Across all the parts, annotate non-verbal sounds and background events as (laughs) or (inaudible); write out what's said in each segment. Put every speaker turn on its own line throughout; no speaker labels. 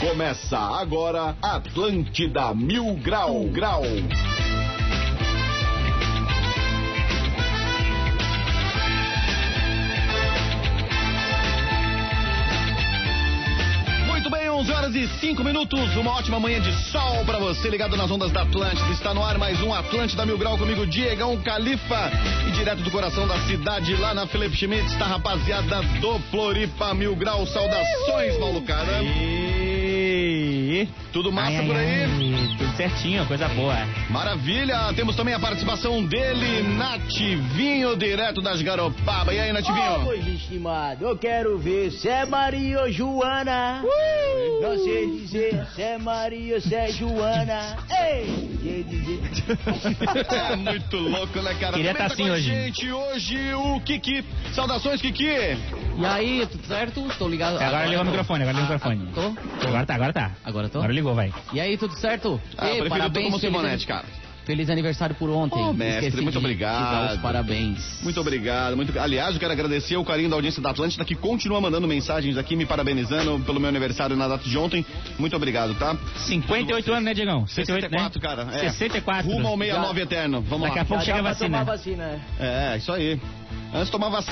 Começa agora Atlântida Mil Grau Grau. Muito bem, 11 horas e 5 minutos. Uma ótima manhã de sol pra você, ligado nas ondas da Atlântida. Está no ar mais um Atlântida Mil Grau comigo, Diegão Califa. E direto do coração da cidade, lá na Felipe Schmidt, está a rapaziada do Floripa Mil Grau. Saudações, malucada.
E...
Tudo massa por aí?
Tudo certinho, coisa boa.
Maravilha! Temos também a participação dele, Nativinho, direto das Garopaba. E aí,
Ô,
Nativinho?
pois estimado, eu quero ver se é Maria ou Joana.
Uh!
Não sei dizer se é Maria ou se é Joana. Ei, sei dizer.
(laughs) É muito louco, né, cara?
Queria
Também
tá assim
com a
hoje.
gente hoje o Kiki. Saudações, Kiki!
E aí, tudo certo? Tô ligado.
Agora, ligou o microfone, agora ligou o
Ah,
microfone.
ah,
Agora tá, agora tá.
Agora tô?
Agora ligou, vai.
tô? E aí, tudo certo?
Ah,
Ei,
prefiro tu como
feliz,
Simonete, cara.
feliz aniversário por ontem.
Ô, mestre,
Esqueci
muito
de- de dar
obrigado.
os parabéns.
Muito obrigado, muito Aliás, eu quero agradecer o carinho da audiência da Atlântida que continua mandando mensagens aqui, me parabenizando pelo meu aniversário na data de ontem. Muito obrigado, tá?
58 anos, né, Diegão? 68,
64,
né?
cara. É.
64.
Rumo ao 69 eterno. Vamos
Daqui
lá.
a pouco chega a
Já dá pra tomar
vacina.
vacina.
É, isso aí. Antes tomava.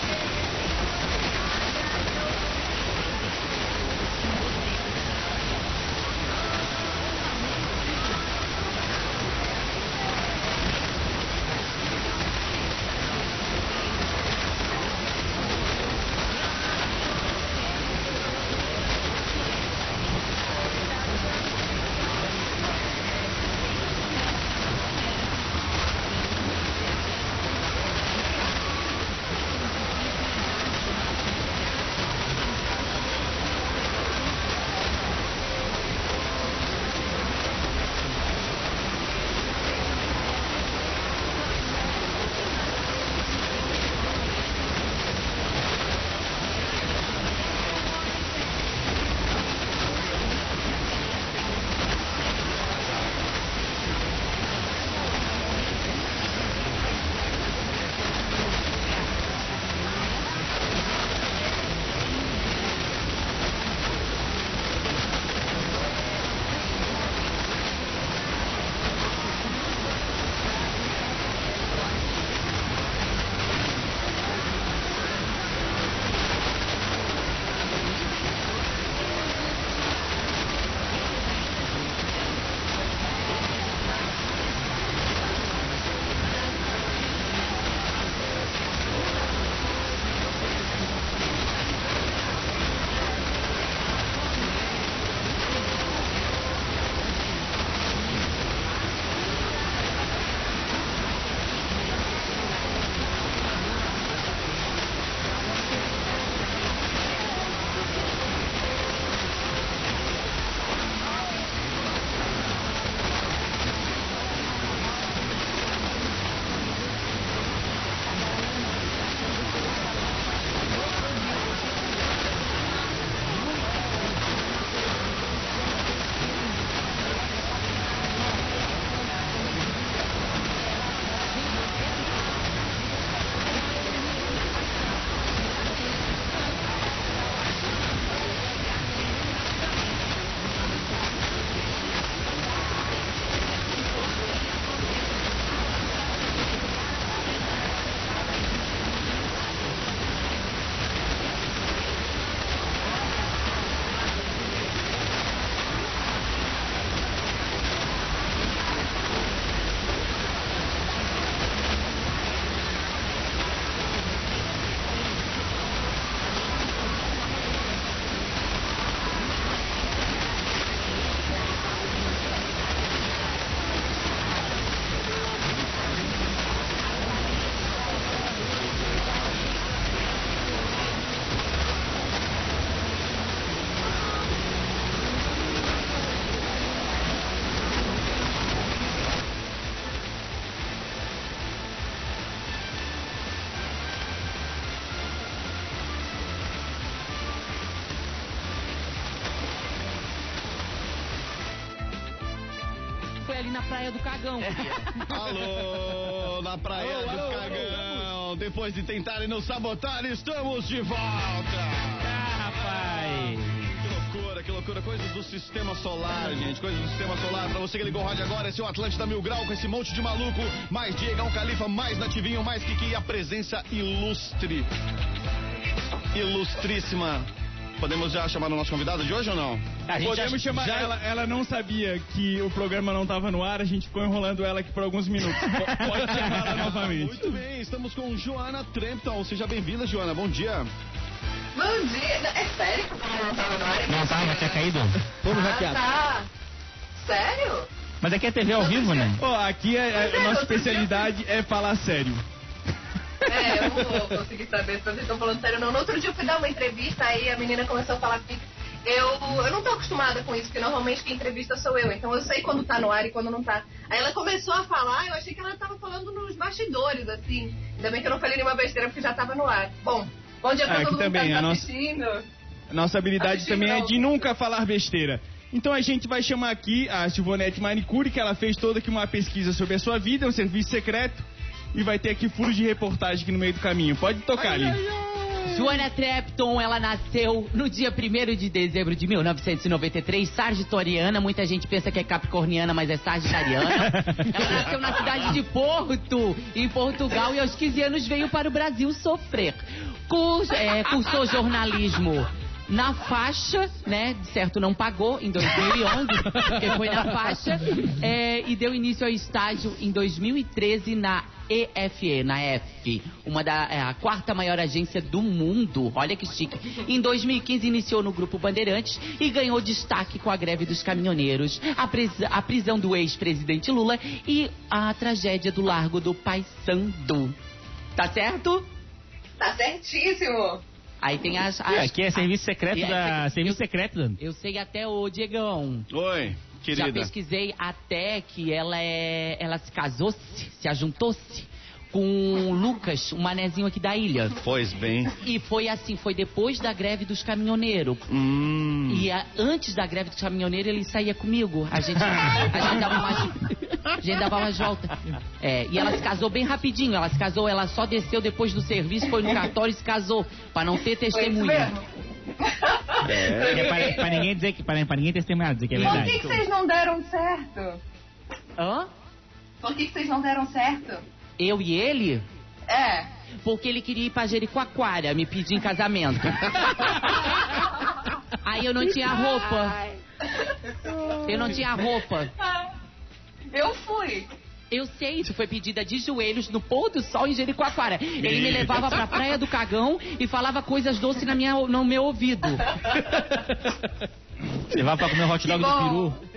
Foi ali na praia do cagão.
Alô, na praia
Alô,
do
alô,
Cagão. Depois de tentarem nos sabotar, estamos de volta.
Ah, rapaz.
Que loucura, loucura, que loucura. Coisas do sistema solar, gente. Coisas do sistema solar. Pra você que ligou o rádio agora, esse é o Atlântida Mil Grau com esse monte de maluco. Mais Diegão Califa, mais Nativinho, mais Kiki. E a presença ilustre. Ilustríssima. Podemos já chamar o nosso convidado de hoje ou não?
A gente
Podemos
acha-
chamar
já-
ela. Ela não sabia que o programa não tava no ar, a gente ficou enrolando ela aqui por
(laughs)
alguns minutos. Po- Pode chamar ela novamente.
Muito bem, estamos com Joana Trempton. Seja bem-vinda, Joana. Bom dia.
Bom dia. Não, É sério que o programa não tava na hora?
Não tava, tinha caído.
Todo
Ah,
hackeado.
tá. Sério?
Mas aqui é TV ao vivo, né?
Pô, aqui é, é-
Mas é,
nossa
outro
especialidade é falar sério.
É, eu não vou conseguir saber se vocês estão falando sério ou não. No outro dia eu fui dar uma entrevista, aí a menina começou a falar que eu, eu não tô acostumada com isso, porque normalmente quem entrevista sou eu, então eu sei quando tá no ar e quando não tá. Aí ela começou a falar, eu achei que ela tava falando nos bastidores, assim. Ainda bem que eu não falei nenhuma besteira, porque já tava no ar. Bom, bom dia pra
Ah, aqui
todo mundo
também,
que tá
a
nos
nossa-
assistindo.
Nossa habilidade
Acho que
também é
não.
de nunca falar besteira. Então a gente vai chamar aqui a Silvonete Manicure, que ela fez toda aqui uma pesquisa sobre a sua vida, um serviço secreto, e vai ter aqui furos de reportagem aqui no meio do caminho. Pode tocar ali.
Joana Trepton, ela nasceu no dia 1 de dezembro de 1993, sargitoriana. Muita gente pensa que é capricorniana, mas é sargitariana. Ela nasceu na cidade de Porto, em Portugal, e aos 15 anos veio para o Brasil sofrer. Curs- é, cursou jornalismo na faixa, né? De certo, não pagou em 2011, porque foi na faixa, é, e deu início ao estágio em 2013 na EFE, na F, uma da é, a quarta maior agência do mundo. Olha que chique. Em 2015 iniciou no grupo Bandeirantes e ganhou destaque com a greve dos caminhoneiros, a, pris- a prisão do ex-presidente Lula e a tragédia do Largo do Paissandu. Tá certo?
Tá certíssimo.
Aí tem as,
E
as
aqui é serviço secreto
e essa
da.
aqui-
Serviço secreto.
eu sei até o Diegão.
Oi,
Já
querida.
pesquisei até que ela é, ela se casou-se, se ajuntou-se com o Lucas, um manezinho aqui da ilha.
Pois bem.
E foi assim, foi depois da greve dos caminhoneiros.
Hum.
E a- antes da greve dos caminhoneiros, ele saía comigo. A gente, a gente dava umas, a gente dava umas voltas. É, e ela se casou bem rapidinho. Ela se casou, ela só desceu depois do serviço, foi no cartório e se casou, pra não ter
Foi isso
testemunha.
mesmo.
(laughs)
É pra, pra ninguém dizer que. Pra, pra ninguém testemunhar, dizer que é
Por que,
verdade.
que vocês não deram certo?
Hã?
Por que, que vocês não deram certo?
Eu e ele?
É.
Porque ele queria ir pra Jericoacoara me pedir
(laughs)
em casamento. Aí eu não tinha roupa.
Ai.
Eu não tinha roupa.
Ah, Eu fui.
Eu sei, isso foi pedida de joelhos no pôr do sol em Jericoacoara. Ele me levava pra Praia do Cagão e falava coisas doces na minha, no meu ouvido.
Levar pra comer o hot dog
Que
do
bom.
peru.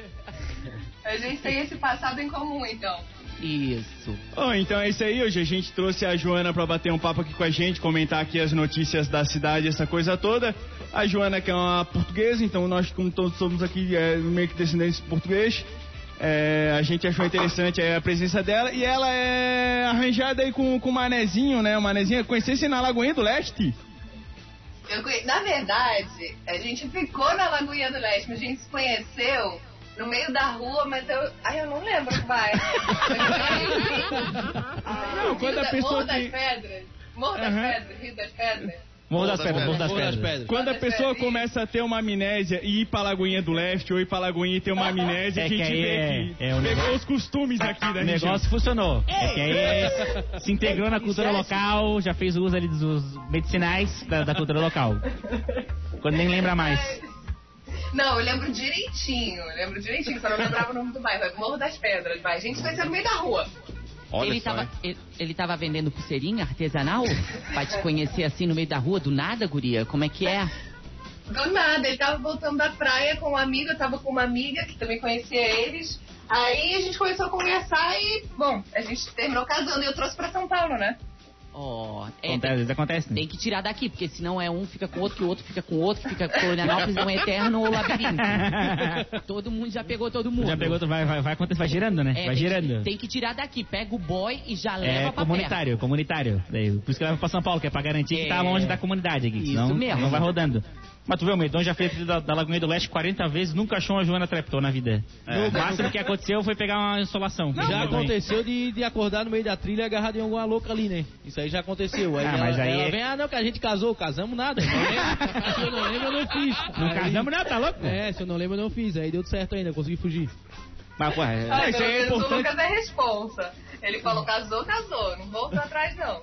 A gente tem esse passado em comum, então.
Isso.
Bom, então é isso aí. Hoje a gente trouxe a Joana pra bater um papo aqui com a gente, comentar aqui as notícias da cidade, essa coisa toda. A Joana que é uma portuguesa, então nós como todos somos aqui é, meio que descendentes português. é, a gente achou interessante aí a presença dela e ela é arranjada aí com com o Manezinho, né? O Manezinho, conhecesse na Lagoinha do Leste?
Eu conhe- Na verdade, a gente ficou na Lagoinha do Leste, mas a gente se conheceu no meio da rua, mas eu. Ai, eu não lembro o bairro.
Não, quando
Rio
a
da-
pessoa
Morro
tem-
das Pedras. Morro das
Aham.
Pedras, Rio das Pedras.
Morro das pedras, morro das pedras.
Quando a
Quando
pessoa
é feliz.
começa a ter uma amnésia e ir pra Lagoinha do Leste ou ir pra Lagoinha e ter uma amnésia,
É
a
que
gente
aí
vê
é-
que
é um
pegou
negócio-
os costumes aqui da
O
região.
negócio funcionou. É que aí é, se integrou na cultura local, já fez uso ali dos medicinais da, da cultura local. Quando nem lembra mais.
Não, eu lembro direitinho, eu lembro direitinho, só não lembrava o nome do bairro, é Morro das Pedras, mas a gente se conheceu no meio da rua.
Olha
ele,
só,
tava,
hein?
ele, ele tava vendendo pulseirinha artesanal pra te conhecer assim no meio da rua, do nada, guria? Como é que é?
Do nada, ele tava voltando da praia com um amigo, eu tava com uma amiga que também conhecia eles. Aí a gente começou a conversar e, bom, a gente terminou casando e eu trouxe pra São Paulo, né?
Ó, é,
Acontece, às vezes acontece. né?
Tem que tirar daqui, porque senão é um fica com o outro, que o outro fica com o outro, que fica com Florianópolis, é um
(laughs)
eterno labirinto. Todo mundo já pegou todo mundo.
Já pegou, tu vai, vai, vai acontecer, vai girando, né? vai
É, tem que-
girando.
Tem que tirar daqui, pega o boy e já leva
É
pra perto.
comunitário, comunitário. Daí, Por isso que leva pra São Paulo, que é pra garantir que tá
É.
longe da comunidade aqui.
Isso
senão
mesmo.
Não vai rodando. Mas tu vê, o Medon já fez da, da Lagoinha do Leste 40 vezes, nunca achou uma Joana Trepton na vida.
É.
O máximo que aconteceu foi pegar uma insolação.
Não,
Foi
mas
Já
ruim.
aconteceu de, de acordar no meio da trilha agarrado em alguma louca ali, né? Isso aí aí já aconteceu. Aí
Ah,
ela,
mas aí
ela
é-
vem, ah, não, que a gente casou, casamos
(laughs)
nada. Eu não lembro, se eu não lembro, eu não fiz.
Não
Aí-
casamos não, tá louco?
É, se eu não lembro, eu não fiz. Aí deu certo ainda, consegui fugir.
Mas, porra, é-
Ah,
Olha,
isso
pelo
aí é
menos o
importante.
Lucas é responsa. Ele falou, casou, casou. Não voltou atrás, não.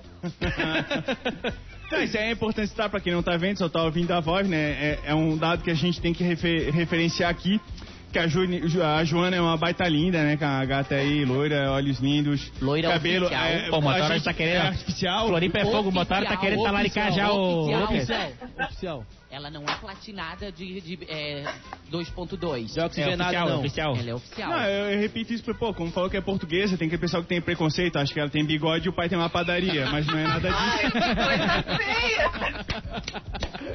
Então, isso aí é importante citar para quem não tá vendo, só tá ouvindo a voz, né? É, é um dado que a gente tem que refe- referenciar aqui, que a, Juni- Ju- a Joana é uma baita linda, né? Com a gata aí, loira, olhos lindos.
Loira
cabelo,
oficial.
É,
Pô, o
a
Motora
gente-
tá querendo-
É artificial.
(laughs)
Floripa é fogo, o Motora tá
Oficial,
querendo talaricar já o...
oficial,
Lucas.
Oficial, oficial.
Ela não é platinada de, de é, 2.2.
Já
É,
oxigenado,
oficial,
não.
oficial.
Ela é oficial.
Não, eu, eu repito isso, porque, pô, como falou que é portuguesa, tem que pensar que tem preconceito, acho que ela tem bigode e o pai tem uma padaria, mas não é nada disso.
Ai, que
(laughs)
coisa feia.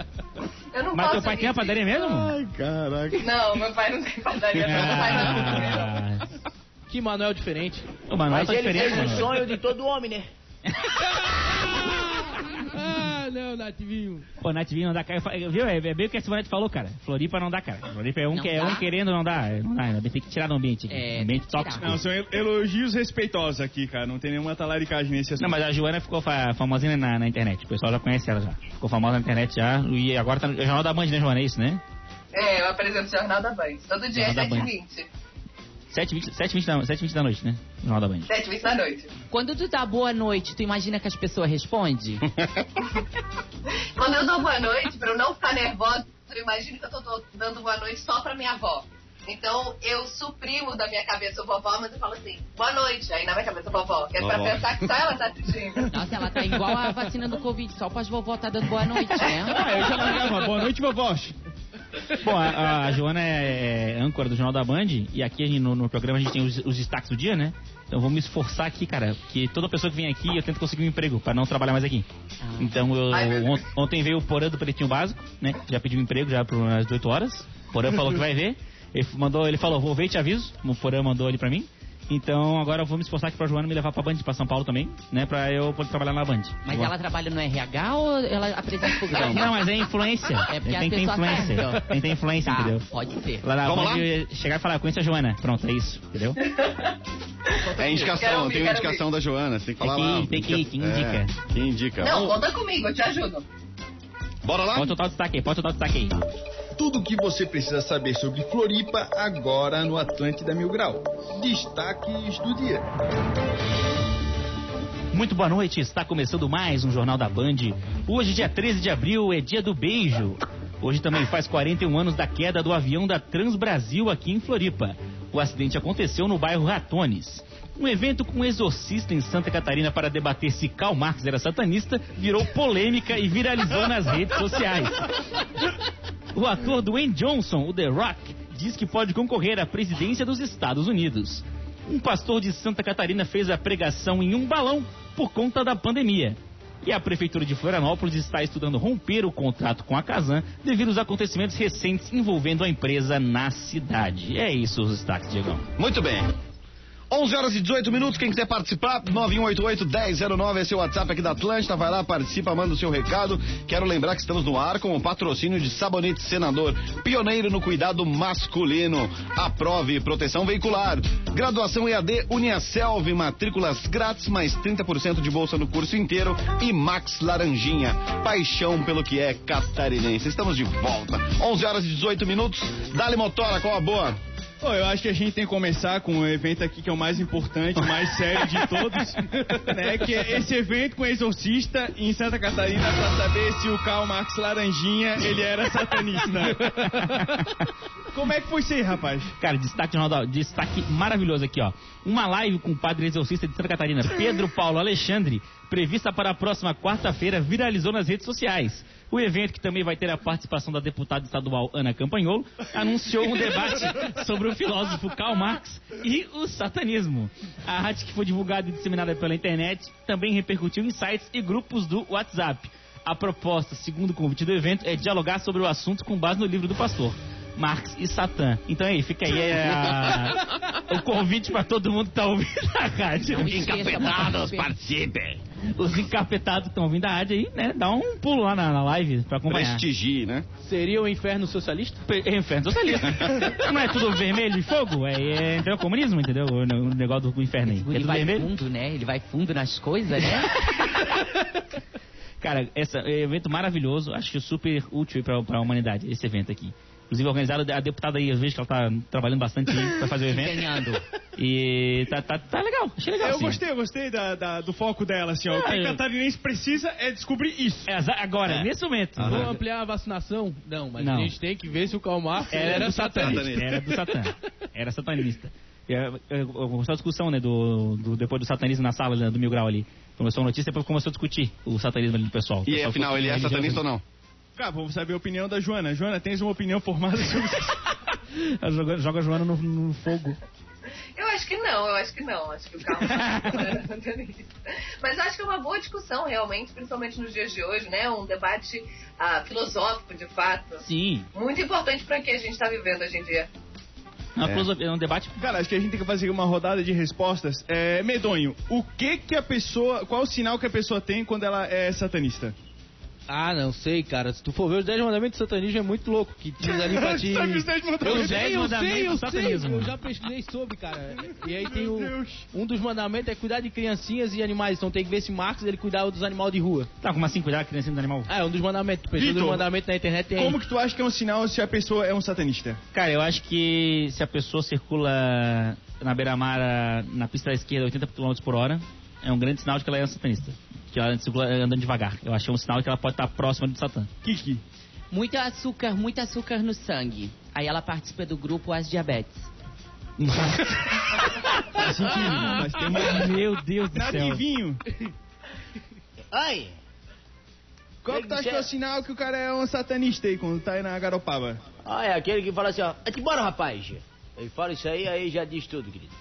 Eu não
Mas
posso
teu pai tem
mentir.
uma padaria mesmo?
caraca.
Não, meu pai não tem padaria. Meu pai não tem padaria.
Ah,
Que Manuel diferente.
o Manuel
Mas
tá
ele
diferente,
fez um
mano.
sonho de todo
(laughs)
homem, né?
Ah, não, Nativinho.
Pô, Nativinho não dá cara. Eu fa- Viu? É é bem o que a Silvanete falou, cara. Floripa não dá cara. Floripa é um,
Não
que, é
dá.
um querendo, não dá. É, Não dá, ainda bem, tem que tirar do ambiente. Um
É,
ambiente
tem que tirar.
tóxico.
Não, são el- elogios respeitosos aqui, cara, não tem nenhuma talaricagem nesse assunto.
Não, mas a Joana ficou fa- famosinha na, na internet. O pessoal já conhece ela já. Ficou famosa na internet já. E agora tá no é Jornal da Band, né, Joana? É isso, né?
É, eu apresento o Jornal da Band. Todo dia é
Jornal da Band.
7h20.
7h20 7h20 da, 7h20 da noite, né? Jornal da Band.
7h20 da noite.
Quando tu dá boa noite, tu imagina que as
(laughs)
pessoas respondem?
Quando eu dou boa noite, pra eu não ficar nervosa, eu imagino que eu tô do- dando boa noite só pra minha avó. Então eu suprimo da minha cabeça o vovó, mas eu falo assim, boa noite. Aí na minha cabeça, vovó, que é pra
Vovó.
pensar que só ela tá
(laughs)
assistindo.
Nossa, ela tá igual a vacina do Covid, só pras vovó tá dando boa noite, né?
Ah,
é-
eu já mandava, boa noite, vovó.
Bom, a- a, a Joana é âncora do Jornal da Band e aqui a gente- no, no programa a gente tem os, os destaques do dia, né? Então eu vou me esforçar aqui, cara, porque toda pessoa que vem aqui eu tento conseguir um emprego pra não trabalhar mais aqui.
Ah.
Então eu-
Ai, meu Deus.
ont- ontem veio o Porã do Pretinho Básico, né? Já pediu um emprego já por umas 8 horas. O Porã falou que vai ver. Ele f- mandou, ele falou, vou ver e te aviso. O Porã mandou ali pra mim. Então agora eu vou me esforçar aqui pra Joana me levar pra Band, pra São Paulo também, né? Pra eu poder trabalhar na Band.
Mas
Vou-
ela trabalha no RH ou ela apresenta o programa?
Não, mas é influência.
É porque
tem
a
que ter
pessoa
influência.
sabe, ó.
Tem que ter influência,
Tá,
entendeu?
pode ser.
Lá na
Vamos
Band,
lá?
eu ia chegar e falar, conhece a Joana. Pronto, é isso, entendeu?
É
Quero
indicação,
ouvir,
tem uma
quero
indicação da Joana, você tem que
É
falar
quem-
lá.
tem que-
Indica-
quem
é,
indica.
quem indica.
Não,
Vamos-
conta comigo, eu te ajudo.
Bora lá?
Pode soltar o destaque aí, pode soltar o destaque aí.
Tudo o que você precisa saber sobre Floripa agora no Atlântida Mil Grau. Destaques do dia.
Muito boa noite, está começando mais um Jornal da Band. Hoje, dia 13 de abril, é dia do beijo. Hoje também faz 41 anos da queda do avião da Transbrasil aqui em Floripa. O acidente aconteceu no bairro Ratones. Um evento com um exorcista em Santa Catarina para debater se Karl Marx era satanista virou polêmica e viralizou nas redes sociais. O ator Dwayne Johnson, o The Rock, diz que pode concorrer à presidência dos Estados Unidos. Um pastor de Santa Catarina fez a pregação em um balão por conta da pandemia. E a prefeitura de Florianópolis está estudando romper o contrato com a Casan devido aos acontecimentos recentes envolvendo a empresa na cidade. É isso os destaques, Diegão.
Muito bem. 11 horas e 18 minutos, quem quiser participar, 9188-1009, esse é o WhatsApp aqui da Atlântida, vai lá, participa, manda o seu recado. Quero lembrar que estamos no ar com o patrocínio de Sabonete Senador, pioneiro no cuidado masculino. Aprove proteção veicular. Graduação EAD Uniaselv, matrículas grátis, mais 30% de bolsa no curso inteiro. E Max Laranjinha, paixão pelo que é catarinense. Estamos de volta. 11 horas e 18 minutos, Dali Motora, qual a boa?
Pô, eu acho que a gente tem que começar com o evento aqui que é o mais importante, o mais sério de
(laughs)
todos, né? Que é esse evento com o exorcista em Santa Catarina pra saber se o Karl Marx Laranjinha, ele
(laughs)
era satanista. Como é que foi isso aí, rapaz?
Cara, destaque, Ronaldo, destaque maravilhoso aqui, ó. Uma live com o padre exorcista de Santa Catarina, Pedro Paulo Alexandre, prevista para a próxima quarta-feira, viralizou nas redes sociais. O evento, que também vai ter a participação da deputada estadual Ana Campanholo, anunciou um debate sobre o filósofo Karl Marx e o satanismo. A rádio que foi divulgada e disseminada pela internet também repercutiu em sites e grupos do WhatsApp. A proposta, segundo o convite do evento, é dialogar sobre o assunto com base no livro do pastor. Marx e Satã. Então aí, fica aí é, a- o convite pra todo mundo que tá ouvindo a rádio.
Não esqueça,
Encapetados,
participe.
participem!
Os encapetados que estão ouvindo a rádio aí, né? Dá um pulo lá na, na live pra acompanhar.
Prestigie, né?
Seria o inferno socialista?
Pe- É inferno
(laughs)
socialista. Não é tudo vermelho e fogo? É, é entendeu? comunismo, entendeu? O, o negócio do inferno aí. É
Ele
tudo
vai
vermelho?
fundo, né? Ele vai fundo nas coisas, né?
Cara, esse evento maravilhoso, acho que é super útil para a humanidade, esse evento aqui. Inclusive organizado, a deputada aí, eu vejo que ela tá trabalhando bastante para fazer o evento.
Ganhando.
E tá, tá, tá legal, achei legal.
Eu
assim.
gostei, eu gostei da- da- do foco dela, assim, ó. O que
Ah, eu-
a catarinense precisa é descobrir isso.
É, exa- agora, nesse momento.
Vamos ampliar a vacinação? Não, mas
Não.
a gente tem que ver se o Calmar era satanista.
satanista. Era do Satã. Era satanista. E, eh, Eu eu gostei da discussão, né? Do, do- depois do satanismo na sala né, do Mil Grau ali. Começou a notícia, depois começou a discutir o satanismo ali do pessoal.
E afinal, ele é satanista ou não?
Cara, vou saber a opinião da Joana. Joana, tens uma opinião formada sobre isso?
não? Joga, joga a Joana no, no fogo.
Eu acho que não, eu acho que não. Acho que o Calma. Mas eu acho que é uma boa discussão, realmente, principalmente nos dias de hoje, né? Um debate ah, filosófico, de fato.
Sim.
Muito importante para o que a gente está vivendo hoje em dia.
É uma filosofia, é um debate
Cara, acho que a gente tem que fazer uma rodada de respostas. É, medonho, o que que a pessoa... Qual o sinal que a pessoa tem quando ela é satanista?
Ah, não sei, cara. Se tu for ver os 10 mandamentos do satanismo é muito louco. Que
(laughs)
diz ali pra ti.
Sabe os dez mandamentos?
Eu sei,
Dez
eu
mandamentos
sei, eu
do
sei.
satanismo.
Eu já pesquisei sobre, cara. E aí tem
Meu
o.
Deus.
Um dos mandamentos é cuidar de criancinhas e animais. Então tem que ver se Marcos ele cuidava dos animais de rua.
Tá, como assim cuidar da criança do animal?
Ah, é um dos mandamentos. Pesquisa dos
Vitor,
mandamentos na internet tem.
Como que tu acha que é um sinal se a pessoa é um satanista?
Cara, eu acho que se a pessoa circula na beira-mar, a- na pista da esquerda, 80 km por hora, é um grande sinal de que ela é satanista. Que ela circula eh, andando devagar. Eu achei um sinal de que ela pode estar próxima do Satã.
Kiki.
Muito açúcar, muito açúcar no sangue. Aí ela participa do grupo As Diabetes.
Faz sentido, mas tem uma...
Meu Deus do
Nada
céu.
de vinho.
(laughs) Ai!
Qual que tu acha que é o sinal que o cara é um satanista aí quando tá aí na garopaba?
Ah, é aquele que fala assim, ó. "Vai-te embora, rapaz! Ele fala isso aí, aí já diz tudo, querido.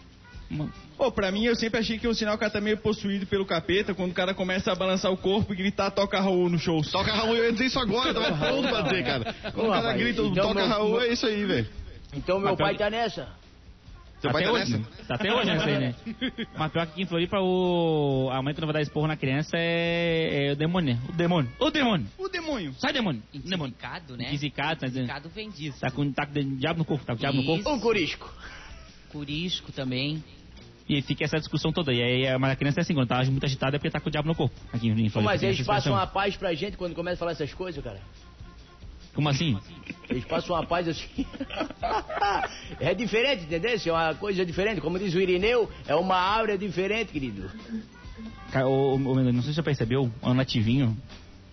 Pô, pra mim eu sempre achei que o sinal que o cara tá meio possuído pelo capeta quando o cara começa a balançar o corpo e gritar toca Raul no show.
Toca Raul, eu ia dizer isso agora, eu tava pronto pra dizer, cara. Quando o cara
rapaz,
grita,
então
toca
meu-
Raul, é isso aí, velho.
Então meu
Mas
pai
pelo-
tá nessa.
Seu pai
até
tá
hoje.
nessa?
Tá até hoje nessa aí,
(laughs)
né? Mas pior que aqui em Floripa, o... a mãe quando vai dar esporro na criança é, é o demônio, né? O demônio. O demônio.
O demônio.
Sai, demônio. Demônio.
Indicado, né?
Desicado, tá dizendo.
Indicado vem disso.
Tá com, tá com o diabo no corpo, tá com o diabo no corpo.
Isso.
Um corisco.
Curisco também.
E fica essa discussão toda. E aí, a- mas a criança é assim, quando tá muito agitada é porque tá com o diabo no corpo. Aqui em Floripa.
Mas
tem
eles
essa
passam a
expressão.
paz pra gente quando começa a falar essas coisas, cara.
Como assim?
Eles passam a paz assim. (laughs) é diferente, entendeu? É uma coisa diferente. Como diz o Irineu, é uma áurea diferente, querido.
Ca- O, o, o- não sei se você percebeu, o Nativinho,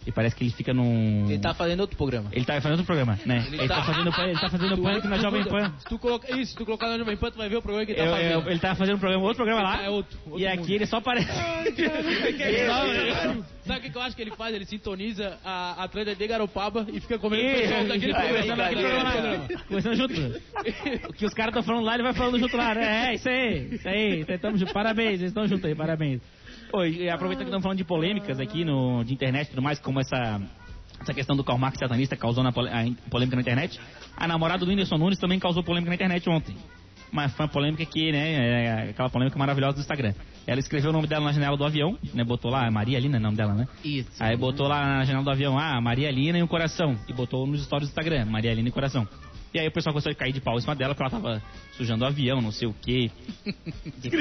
ele parece que ele fica num...
Ele tá fazendo outro programa.
Ele tá fazendo outro programa, né? Ele, tá... fazendo pan- ele tá fazendo pânico na Jovem Pan.
Se tu coloca... Isso, se tu colocar na Jovem Pan, tu vai ver o programa que ele tá
Eu- eu-
fazendo.
ele tá fazendo um programa, outro programa lá.
É outro, outro
e aqui
mundo.
ele só aparece. (laughs)
Ele sabe- Sabe o que que eu acho que ele faz? Ele sintoniza a Atlanta de Garopaba e fica comendo o pessoal daquele
Ele conversando
programa.
naquele
Daquele
programa.
programa. (laughs)
Conversando junto. O que os caras estão falando lá, ele vai falando junto lá. né? É, isso aí, isso aí. Então, tamo junto. Parabéns, eles estão juntos aí, parabéns. Oi, e aproveitando que estamos falando de polêmicas aqui no, de internet e tudo mais, como essa, essa questão do Karl Marx satanista causou na pole- a in- polêmica na internet, a namorada do Whindersson Nunes também causou polêmica na internet ontem. Mas foi uma polêmica que, né, é aquela polêmica maravilhosa do Instagram. Ela escreveu o nome dela na janela do avião, né, botou lá, Maria Lina é o nome dela, né?
Isso.
Aí botou lá na janela do avião, ah, Maria Lina e um coração. E botou nos stories do Instagram, Maria Lina e coração. E aí o pessoal começou a cair de pau em cima dela, porque ela tava sujando o avião, não sei o quê.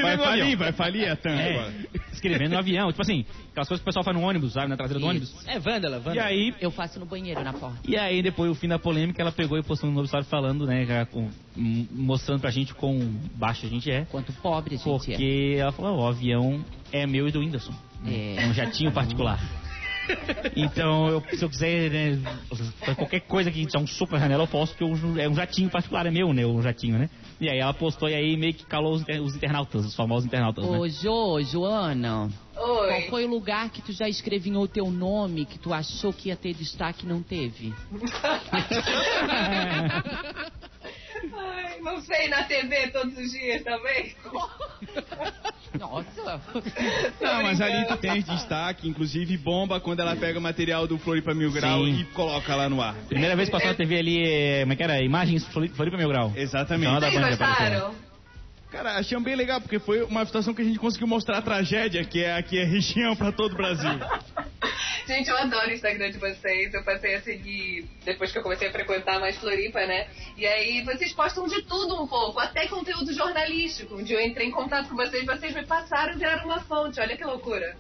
Vai falir, vai falir a tampa.
É, escrevendo no avião. Tipo assim, aquelas coisas que o pessoal faz no ônibus, sabe, na traseira do ônibus.
É Vandala,
E
Vandala.
aí,
Eu faço no banheiro, na porta.
e aí depois o fim da polêmica, ela pegou e postou no novo story falando, né, já com- m- mostrando pra gente quão baixo a gente é.
Quanto pobre a gente é.
Porque né? ela falou, "Ó, o avião é meu e do Whindersson.
É.
É um
(laughs)
jatinho particular. Então, eu- se eu quiser, né, qualquer coisa que tiver um soco na janela, eu posso, porque eu uso- é um jatinho particular, é meu, né, um jatinho, né? E aí ela postou e aí meio que calou os, inter- os internautas, os famosos internautas, né?
Ô, Jo, Joana, qual
Oi.
foi o lugar que tu já escrevinhou o teu nome que tu achou que ia ter destaque e não teve?
Ai, não sei, na TV todos os dias, talvez.
Nossa.
Não, mas ali tu tem destaque, inclusive bomba quando ela pega o material do Floripa Mil Grau
Sim.
e coloca lá no ar.
Primeira vez que passou na TV ali, é, como é que era? Imagens Flori- Floripa Mil Grau. Então,
Exatamente.
Nada
Vocês
bom, né? apareceu.
gostaram?
Então, Cara, achei bem legal, porque foi uma situação que a gente conseguiu mostrar a tragédia que é aqui é região pra todo o Brasil.
(laughs) Gente, eu adoro o Instagram de vocês. Eu passei a seguir depois que eu comecei a frequentar mais Floripa, né? E aí vocês postam de tudo um pouco, até conteúdo jornalístico. Um dia eu entrei em contato com vocês, vocês me passaram e viraram uma fonte. Olha que loucura.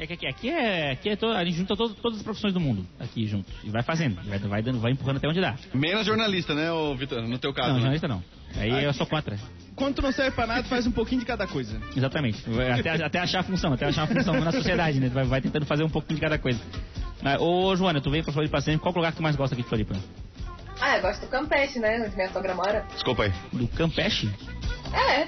É que aqui, aqui é. Aqui é to- a gente junta todo- todas as profissões do mundo aqui junto. E vai fazendo. Vai, vai, dando, vai empurrando até onde dá.
Menos jornalista, né, ô Vitor? No teu caso.
não,
né?
jornalista não. Aí eu sou contra.
Quando tu não serve pra nada, faz um pouquinho de cada coisa.
Exatamente. Vai Até, até achar a função, até achar a função na sociedade, né? Vai, vai tentando fazer um pouquinho de cada coisa. Mas, ô, Joana, tu veio pra Floripa sempre. Qual que é o lugar que tu mais gosta aqui de Floripa?
Ah, eu gosto do Campeche, né? Onde minha sogra mora.
Desculpa aí.
Do Campeche?
É,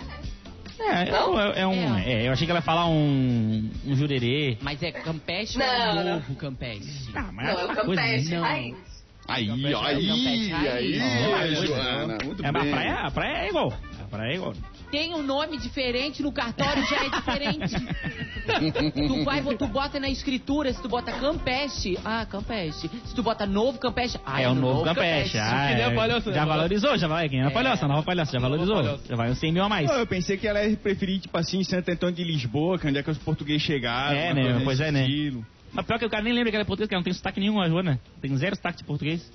É, é, um- é um. É, eu achei que ela ia falar um. Um jurerê.
Mas é Campeche
Não,
ou
não.
é novo Campeche?
Ah, mas
não, é o
outra coisa,
Campeche,
né?
não.
raiz.
Aí,
Campeche,
ó,
Campeche,
aí, aí,
aí. né?
aí,
Não,
Joana. Muito
É, mas a
bem.
praia, a praia é igual. A praia é igual.
Tem um nome diferente no cartório, já é diferente. tu vai, tu bota na escritura, se tu bota Campeche, ah, Campeche. Se tu bota novo Campeche, ah,
é o novo Campeche. Ah,
Que nem a
é.
palhoça, né?
já valorizou, já vai. Que nem a
É.
palhoça, a nova palhoça, já valorizou.
palhoça.
Já vai uns 100 mil a mais.
Não, eu pensei que ela ia preferir, tipo assim, Santo Antônio de Lisboa, que é onde é que os portugueses chegaram.
É,
uma
né?
coisa
Pois
nesse
é, né?
estilo.
Mas pior que o cara nem lembra que ela é portuguesa, que ela não tem sotaque nenhum, a Joana. Tem zero sotaque de português.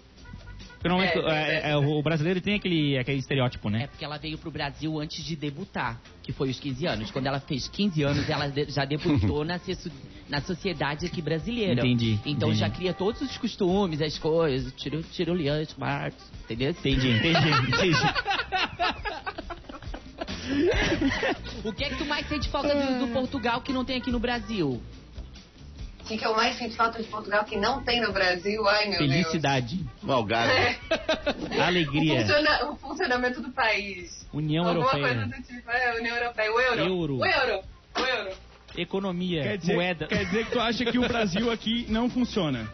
Porque normalmente
É,
é, é, é, o brasileiro tem aquele, aquele estereótipo,
É
né?
porque ela veio pro Brasil antes de debutar, que foi os 15 anos. Quando ela fez 15 anos, ela de- já debutou na, se- na sociedade aqui brasileira.
Entendi,
Então
entendi.
já cria todos os costumes, as coisas, tiro, tiroleante, marcos, entendeu?
Entendi, entendi, entendi.
O que é que tu mais sente falta do, do Portugal que não tem aqui no Brasil?
O que, que eu mais sinto falta de Portugal que não tem no Brasil? Ai, meu
Felicidade,
Malgado.
Deus.
alegria,
Funciona, o funcionamento do país.
União
Alguma coisa
Europeia,
do tipo, é, União Europeia, o euro.
Euro.
O euro. O euro.
economia,
Quer dizer,
moeda.
quer dizer que tu acha que o Brasil aqui não funciona?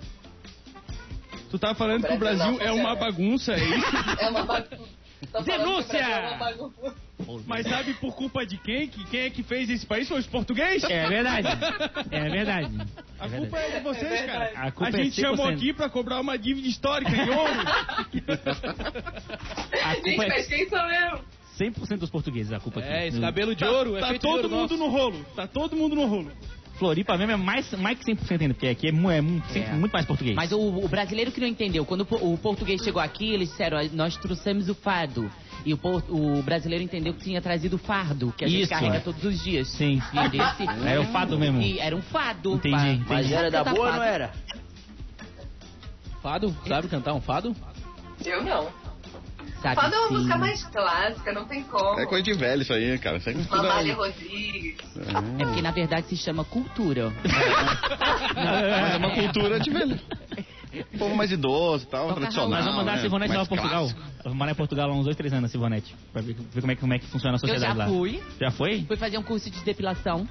Tu tá falando que o
Brasil não
Brasil é uma
funciona.
bagunça, é isso?
É uma bagunça. Tô falando que o
Denúncia!
Brasil é uma bagunça.
Mas sabe por culpa de quem? Que quem é que fez esse país? Foi os portugueses?
É verdade, é verdade.
A culpa é de vocês,
É
cara.
verdade.
A culpa
a gente
é 100%.
chamou aqui pra cobrar uma dívida histórica de ouro.
A
Gente,
culpa é
mas quem sou eu?
100% dos portugueses, a culpa aqui.
É, esse cabelo de ouro é
tá
feito de
todo
ouro
mundo
nosso.
no rolo. Tá todo mundo no rolo.
Floripa mesmo é mais, mais que 100% ainda, porque aqui é, mu- é mu- sempre muito mais português.
Mas o, o brasileiro que não entendeu, quando o, po- o português chegou aqui, eles disseram, "Ah, nós trouxemos o fado. E o, por- o brasileiro entendeu que tinha trazido o fardo, que a gente
Isso,
carrega
é.
todos os dias.
Sim.
E desse-
(laughs) Era o fado mesmo.
E era um fado.
Entendi,
Fa-
entendi.
Mas era da
Tá
boa ou
fado.
não era?
Fado? Sabe cantar um fado?
Eu não.
É, Sabe,
Fala é uma
sim.
música mais clássica, não tem como.
É coisa né? de velho isso aí, cara. Isso aí não é
Mamália
dá-
Rodrigues.
É porque na verdade se chama cultura.
Mas é uma cultura de velho. O povo mais idoso e tal,
Toca
tradicional.
Raul.
Mas vamos mandar a
né?
Sivonete
Mais
lá pra Portugal.
clássico.
Eu Vou morar em Portugal há uns dois, três anos, a Sivonete. Pra ver, ver como, é, que- como é que funciona a
Eu
sociedade
já
lá.
fui,
Já foi?
fui fazer um curso de depilação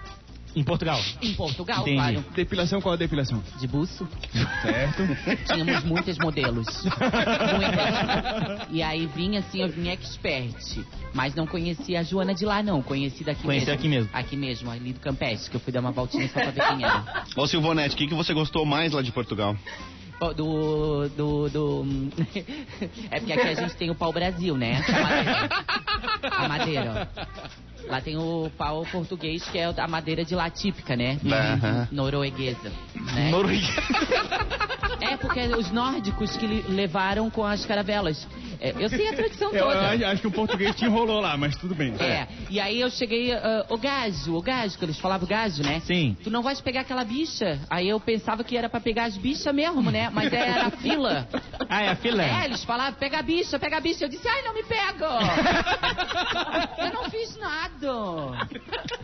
Em Portugal.
em Portugal,
Entendi.
claro,
Depilação, qual é a depilação?
de buço.
Certo.
Tínhamos muitas modelos. Muitas. E aí vinha assim, eu vinha expert. Mas não conhecia a Joana de lá, não. Conheci daqui
Conheci
mesmo.
aqui mesmo.
Aqui mesmo, ali do Campeche, que eu fui dar uma voltinha só pra ver quem era.
Ô Silvonete, o que, que você gostou mais lá de Portugal?
Ó, Do. do. do. (laughs) É porque aqui a gente tem o pau-brasil, né? A madeira. A madeira. Lá tem o pau português, que é a madeira de lá típica, né?
Aham.
Norueguesa. Né? É, porque os nórdicos que li- levaram com as caravelas. É, eu sei a tradição
Eu, eu
toda.
acho- acho que o português te enrolou lá, mas tudo bem.
É, e aí eu cheguei, ah, o gajo, o gajo, que eles falavam gajo, né?
Sim.
Tu não vais pegar aquela bicha? Aí eu pensava que era pra pegar as bichas mesmo, né? Mas era a fila.
Ah, é a filé.
É, eles falavam, pega a bicha, pega a bicha. Eu disse, ai, não me
(laughs)
pega. eu não fiz nada.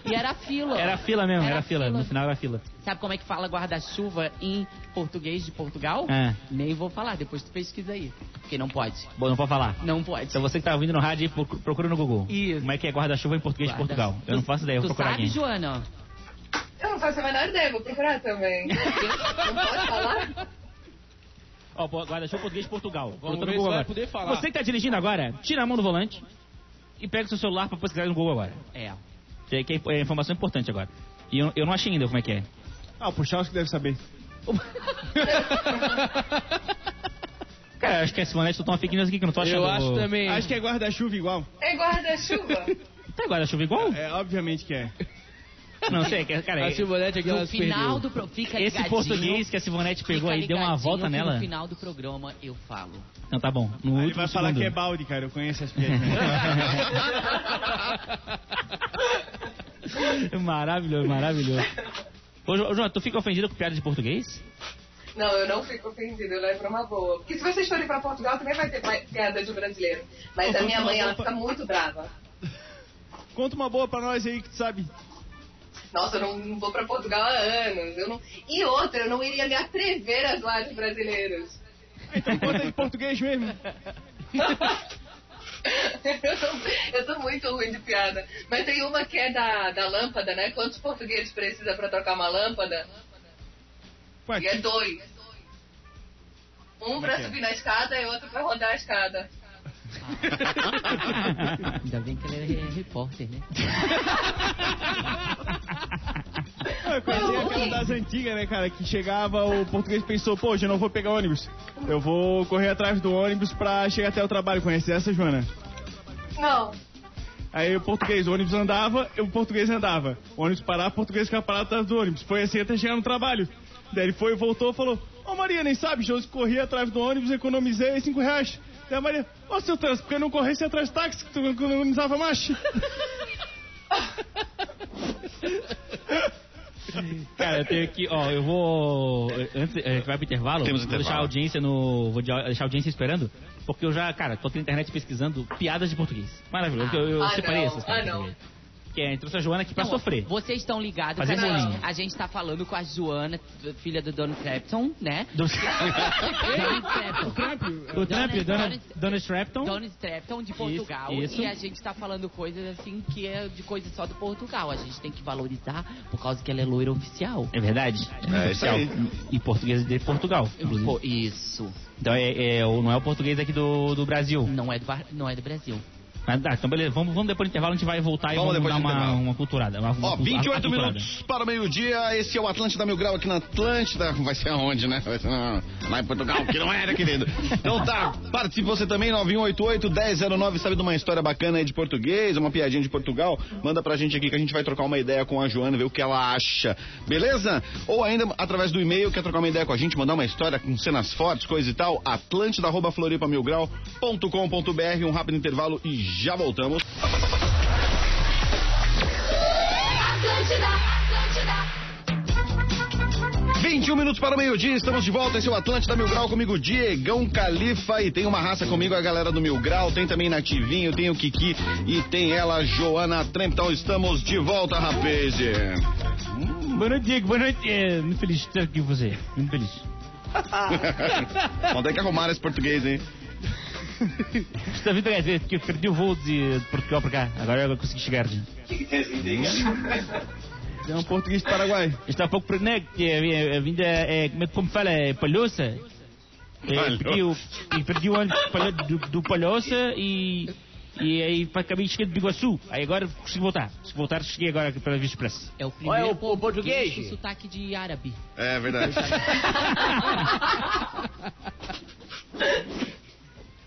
E era a fila.
Era a fila mesmo, era a fila. No final era a fila.
Sabe como é que fala guarda-chuva em português de Portugal?
É.
Nem vou falar, depois tu pesquisa aí. Porque não pode.
Bom, não pode falar.
Não pode.
Então você que tá ouvindo no rádio, procu- procura no Google.
Isso.
Como é que é guarda-chuva em português de Portugal? Eu não faço ideia, eu
Tu
vou procurar
sabe,
aqui.
Joana?
Eu não faço a menor ideia, vou procurar
(laughs)
também. não pode falar?
Ó, pô, guarda-chuva português de Portugal. Bota
ver
no
se
Google
vai
agora.
poder falar.
Você que tá dirigindo agora, tira a mão do volante e pega o seu celular pra pesquisar no Google agora.
É.
É que é informação importante agora. E eu, eu não achei ainda como é que é.
Ah, o Puchalski deve saber.
Cara, acho que é a Simonete soltou uma fake news aqui que eu não tô achando.
Eu acho também.
Acho que é guarda-chuva igual.
É guarda-chuva.
Tá agora, chuva igual?
É, obviamente que é.
Não sei, que- é, cara.
A Silvonete aqui, ela
No
se perdeu.
final do programa. Fica
Esse
tá ligadinho.
português que a Sivonete
fica
pegou aí deu uma
ligadinho
volta
que
nela.
No final do programa eu
(laughs)
falo.
Não, tá bom. No
Ele
último
vai falar
segundo.
que é balde, cara. Eu conheço as piadas.
(laughs) Maravilhoso, (laughs) maravilhoso. Ô, Jo- ô, João, tu fica ofendido com piada de português?
Não, eu não fico ofendida, eu levo uma boa. Porque se vocês forem pra Portugal, também vai ter pi- piada de um brasileiro. Mas a minha mãe, ela fica muito brava.
Conta uma boa pra nós aí que tu sabe.
Nossa, eu não, não vou pra Portugal há anos. Eu não... E outra, eu não iria me atrever a zoar de brasileiros.
Então conta em português mesmo.
Eu não- (laughs) eu tô muito ruim de piada. Mas tem uma que é da, da lâmpada, né? Quantos portugueses precisa pra trocar uma lâmpada?
Ué,
E é dois. Um pra
que é?
subir na escada e outro pra rodar a escada.
Ainda bem que ela é repórter, né?
eu conheci aquela das antigas, né, cara? Que chegava, o português pensou, pô, hoje eu não vou pegar ônibus. Eu vou correr atrás do ônibus pra chegar até o trabalho. Conhece essa, Joana? Ah,
Não.
Aí o português, o ônibus andava, o português andava. O ônibus parava, o português ficava parado atrás do ônibus. Foi assim até chegar no trabalho. Daí ele foi, voltou, falou: Ô Maria, nem sabe, José, corri atrás do ônibus, economizei 5 reais. Daí a Maria: Ô seu trânsito, por que não corresse atrás do táxi que tu não economizava mais?
Cara, eu tenho aqui, ó, eu vou. Antes é, que vai pro intervalo,
Temos
vou
intervalo.
deixar a audiência no. Vou de- deixar a audiência esperando, porque eu já, cara, tô aqui na internet pesquisando piadas de português. Maravilhoso, eu, eu
Ah,
separei
não.
essas. piadas
Ah,
de
não.
português. Que é, trouxe a Joana aqui pra
Não,
sofrer. (laughs)
Vocês estão ligados,
Fazer
que a gente-
bolinha.
a gente tá falando com a Joana, filha do Donald Clapton,
(laughs)
né?
Do,
Donald Clapton.
do Trump,
Dona-
Dona,
Dona-
Dona Strapton.
Donald Clapton de Portugal.
isso.
E a gente tá falando coisas assim que é de coisa só do Portugal. A gente tem que valorizar por causa que ela é loira oficial.
É verdade.
É, isso aí.
E português de Portugal, inclusive.
Pô, isso.
Então é, é, o- não é o português aqui do, do Brasil.
Não é do, Bar- não é do Brasil.
Mas, tá, então beleza, vamos, vamos depois do intervalo, a gente vai voltar
Vamos
e vamos
depois
dar
do
uma,
intervalo.
uma culturada. Uma, uma
Ó,
cultu- a- a
28
culturada.
minutos para o meio-dia. Esse é o Atlântida Mil Grau aqui na Atlântida. Vai ser aonde, né? Vai ser na, lá em Portugal, que não era, querido. Então tá, participe você também, 9188-1009. Sabe de uma história bacana aí de português, uma piadinha de Portugal? Manda pra gente aqui que a gente vai trocar uma ideia com a Joana, ver o que ela acha. Beleza? Ou ainda através do e-mail, quer trocar uma ideia com a gente, mandar uma história com cenas fortes, coisa e tal? atlântida.floripamilgrau.com.br. Um rápido intervalo e já voltamos.
Atlântida, Atlântida.
21 minutos para o meio-dia, estamos de volta. Esse é o Atlântida Mil Grau comigo, Diegão Califa. E tem uma raça comigo, a galera do Mil Grau. Tem também Nativinho, tem o Kiki e tem ela, Joana Tremp. Então estamos de volta, rapaz.
Boa noite, Diego. Boa noite. É, muito feliz de estar aqui com você. Muito feliz.
Onde é que arrumaram esse português, hein?
Estou vindo a que eu perdi o voo de, de Portugal para cá. Agora eu consegui chegar. né?
É um português do Paraguai.
Está pouco por né, que é, é, vinda, é, como, é que- como fala, é palhoça. É, perdi, o, e perdi o ônibus do Palho- do, do palhoça e, e aí para caminho cheguei de Biguaçu. Aí agora consegui voltar. Se voltar, cheguei agora para a Via Expressa.
É o primeiro
o- o português?
com sotaque de árabe.
É verdade.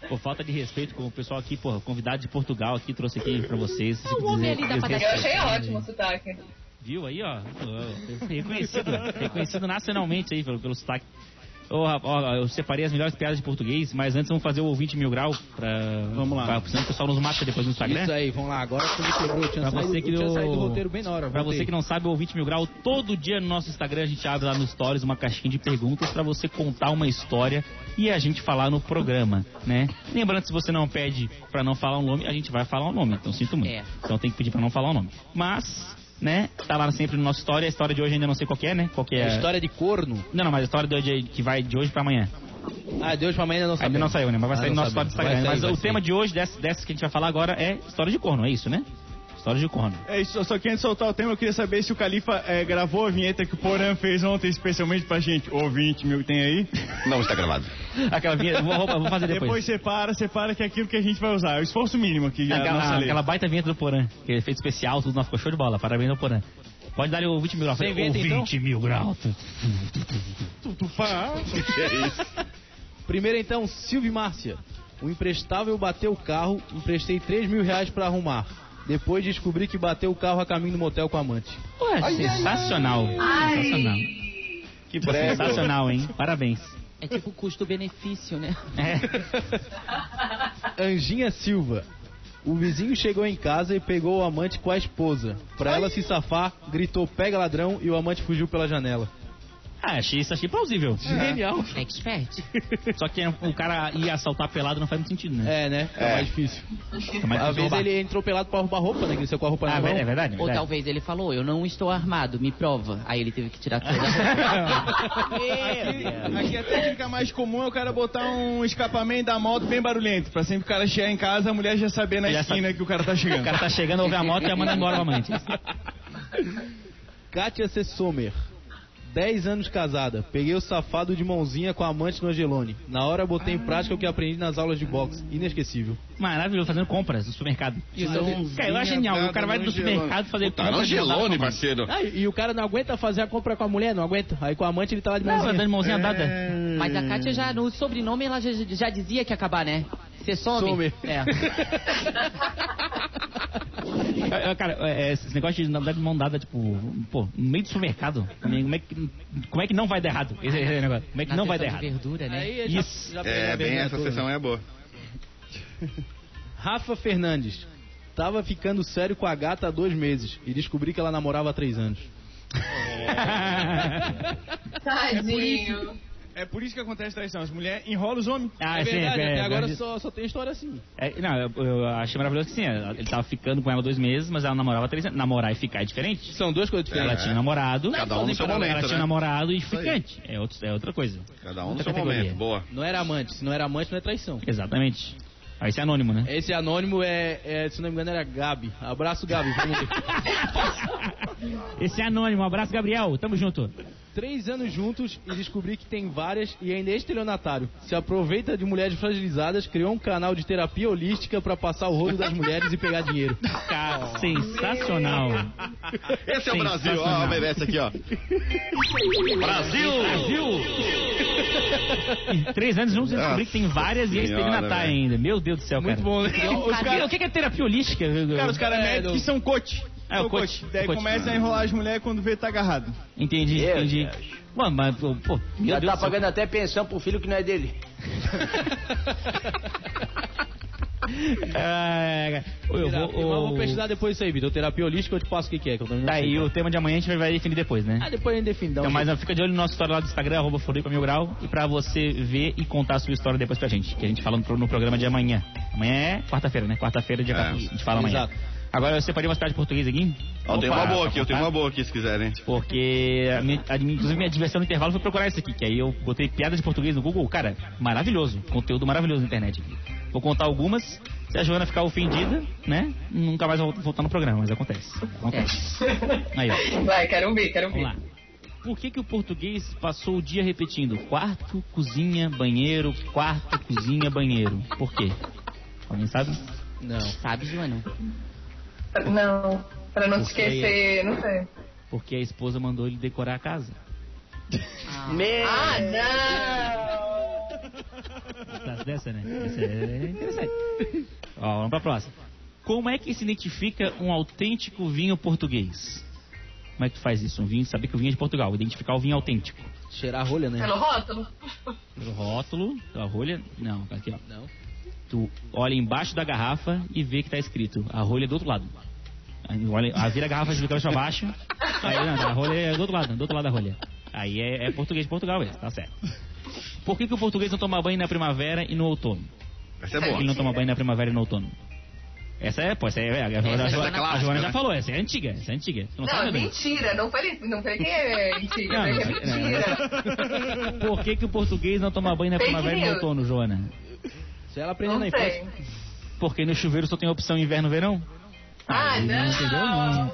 Por falta de respeito com o pessoal aqui, porra, convidado de Portugal aqui, trouxe aqui pra vocês. tipo
Ah, o homem ali da padaria.
Eu achei ótimo o sotaque.
Viu aí, ó? Ó, Reconhecido, reconhecido nacionalmente aí pelo, pelo sotaque. Ô, rapaz, ó, eu separei as melhores piadas de português, mas antes vamos fazer o ouvinte mil grau pra.
Vamos lá.
pra- senão o pessoal nos mata depois no Instagram.
Isso aí, vamos lá. Agora que eu me quebrou, eu tinha,
É, né? Pra
saído,
você que
eu tinha
não-
saído do roteiro bem na hora.
Pra você que não sabe, o Ouvinte Mil Grau, todo dia no nosso Instagram a gente abre lá nos stories uma caixinha de perguntas pra você contar uma história e a gente falar no programa, né? Lembrando, se você não pede pra não falar o nome, a gente vai falar o nome, então sinto muito.
É.
Então tem que pedir pra não falar o nome. Mas, né, tá lá sempre no nosso story, a história de hoje ainda não sei qual que é, né? Qual que é...
É história de corno.
Não, não, mas a história de hoje, é- que vai de hoje pra amanhã.
Ah, Deus pra mãe ainda não sabe.
Ainda não saiu, né? Mas vai
Ah,
sair
não
no nosso
sabemos.
story do Instagram.
Vai sair,
mas
vai
o
sair.
tema de hoje, dessa, dessa que a gente vai falar agora, é história de corno, é isso, né? História de corno.
É isso, só que antes de soltar o tema, eu queria saber se o Califa eh, gravou a vinheta que o Porã fez ontem, especialmente pra gente. Ouvinte, meu, tem aí?
Não está gravado.
Aquela vinheta, vou, roubar, vou fazer
Depois
depois.
separa, separa que é aquilo que a gente vai usar. É o esforço mínimo aqui. é a nossa
aquela,
lei.
aquela baita vinheta do Porã, que ele fez especial, tudo nosso, ficou show de bola. Parabéns ao Porã. Pode dar o 20 mil graus.
Sem
O
vinheta, então?
20 mil graus.
Tu- tu fa-
Primeiro então, Silvio e Márcia. O imprestável bateu o carro, emprestei 3 mil reais pra arrumar. Depois descobri que bateu o carro a caminho do motel com a amante.
Ué, sensacional. Sensacional.
Que
Sensacional, hein? Parabéns. É.
É tipo custo-benefício,
(laughs)
né?
Anjinha Silva. O vizinho chegou em casa e pegou o amante com a esposa. Pra ela se safar, gritou pega ladrão e o amante fugiu pela janela.
Ah, achei isso achei plausível.
Genial.
Expert.
Só que o cara ir assaltar pelado não faz muito sentido, né?
É, né? É, mais difícil.
Fica mais
Às
difícil
vezes
roubar.
ele entrou pelado pra roubar roupa, né? Que ele saiu com a roupa
Ah,
na
é
mão.
verdade, é verdade.
Ou talvez ele falou, eu não estou armado, me prova. Aí ele teve que tirar
(laughs)
toda a roupa. Meu Deus.
Aqui é a técnica mais comum é o cara botar um escapamento da moto bem barulhento. Pra sempre o cara chegar em casa, a mulher já saber na
Já
esquina que o cara tá
O
chegando.
cara tá chegando, ouve a moto e já manda embora o amante.
Kátia C. Sommer. 10 anos casada. Peguei o safado de mãozinha com a amante no Angelone. Na hora botei
Ah.
em prática o que aprendi nas aulas de boxe. Inesquecível.
Maravilhoso, fazendo compras no supermercado.
Isso é um-
Cara, eu acho genial. O cara vai no supermercado fazer
Tá no
compras e andar com a
gelone,
mão.
parceiro.
né?
Ah, e e o cara não aguenta fazer a compra com a mulher, não aguenta. Aí com a amante ele tá lá de
Não,
mãozinha.
dando mãozinha dada.
É,
Mas a Kátia já, no sobrenome, ela já, já dizia que ia acabar, né? Você some.
Some. (laughs)
É.
É, é, Cara, é, é, esse negócio de não dar mão dada, tipo, pô, no meio do supermercado, como é que, como é que não vai dar errado? Esse, esse negócio. Como é que
Na
não vai dar
sessão de
errado?
verdura, né?
Aí já-
Isso.
já pega
É,
a
bem,
né,
vergonha
essa
toda.
sessão é boa.
Rafa Fernandes. Tava ficando sério com a gata há dois meses e descobri que ela namorava há três anos.
Tadinho.
É por isso que acontece traição. As mulheres enrolam os homens.
Ah,
é
sim,
verdade,
é,
até
é,
agora
é,
só, só tem história assim.
é, não, eu, eu achei maravilhoso que sim, ele tava ficando com ela dois meses, mas ela namorava três anos. Namorar e ficar é diferente.
São duas coisas
Ela
diferentes.
tinha namorado,
Cada um no seu
ela
momento,
tinha
né?
namorado e ficante. É, outro, é outra coisa.
Cada um no
Outra
seu
categoria.
momento. Boa.
Não era amante. Se não era amante, não é traição.
Exatamente. Aí isso é anônimo, né?
Esse anônimo é, é, se não me engano, era Gabi. Abraço, Gabi. Vamos ver.
Esse é anônimo. Um abraço, Gabriel. Tamo junto.
(laughs) Três anos juntos e descobri que tem várias e ainda é estelionatário. Se aproveita de mulheres fragilizadas, criou um canal de terapia holística pra passar o rodo das mulheres e pegar (laughs) dinheiro.
Cara, sensacional.
Esse é o Brasil, ó,
Sensacional.
merece aqui, ó. Brasil!
Brasil! Em três anos juntos eu descobri que tem várias e é
Senhora,
estelionatário
velho.
ainda. Meu Deus do céu, cara.
Muito bom, né?
Os cara- O que que é terapia holística?
Cara, os caras
É,
médicos
não.
que são coach.
É,
São
o coach,
Daí
o coach.
começa a enrolar as mulheres quando vê tá agarrado.
Entendi,
Meu
entendi.
Deus.
Mano, mas, pô, pô, meu
Já
Deus
tá
do céu.
pagando até pensão pro filho que não
(laughs)
é dele.
(laughs) É, eu, eu
Terapia, mas
vou...
Eu vou pesquisar depois isso aí, Vitor. Terapia holística, eu te passo o que que é. Que eu também não
Tá
sei.
aí, o tema de amanhã a gente vai definir depois, né?
Ah, depois a gente define. dá um
Então, mas
jeito.
ó, fica de olho no nosso história lá do Instagram, arroba Floripa Mil Grau, e pra você ver e contar a sua história depois pra gente, que a gente fala no, pro- no programa de amanhã. Amanhã é quarta-feira, né? Quarta-feira, dia
É.
14. A gente fala amanhã.
Exato.
Agora eu separei uma cidade portuguesa aqui.
Ó, tem
Opa,
uma boa
pra
aqui, eu
contar,
tenho uma boa aqui se quiserem.
Porque, a minha, a minha- inclusive, minha diversão no intervalo foi procurar isso aqui, que aí eu botei piada de português no Google. Cara, maravilhoso. Conteúdo maravilhoso na internet aqui. Vou contar algumas. Se a Joana ficar ofendida, né? Nunca mais vou voltar no programa, mas acontece. Acontece. Aí, ó.
Vai, quero ouvir, quero um ouvir.
Vamos lá. Por que, que o português passou o dia repetindo quarto, cozinha, banheiro, quarto, cozinha, banheiro? Por quê? Alguém sabe?
Não.
Sabe, Joana?
Pra- Não, pra não te
Porque
é
aí-
esquecer, não sei.
Porque a esposa mandou ele decorar a casa.
Meu
Ah, não!
Tá dessa, né? Essa é interessante. (laughs) Ó, vamos pra próxima. Como é que se identifica um autêntico vinho português? Como é que tu faz isso? Um vinho, saber que o vinho é de Portugal, identificar o vinho autêntico.
Cheirar a
É,
rolha, né?
Pelo rótulo?
Pelo rótulo, a rolha. Não, tá aqui ó.
Não.
Tu olha embaixo da garrafa e vê que tá escrito a rolha é do outro lado. Aí Olha, aí vira a garrafa de cabeça pra baixo. Aí, não, a rolha é do outro lado, do outro lado da rolha. Aí é, é português de Portugal mesmo, tá certo. Por que, que o português não toma banho na primavera e no outono?
Essa é
Por que ele
boa.
não toma banho na primavera e no outono? Essa é, pô, essa é. A, a, a- a-
Essa é
a- a- a- a- a Joana já falou, essa é antiga, essa é antiga. Tu
Não,
não, sabe,
é
Adriano?
mentira, não foi, não foi que é mentira,
Não,
foi que é
não, não, não.
mentira.
Por que, que o português não toma banho na
Fake
primavera e no
news.
outono, Joana?
Se ela aprender
Não
na infância.
sei.
Porque no chuveiro só tem a opção inverno-verão?
Ah, não.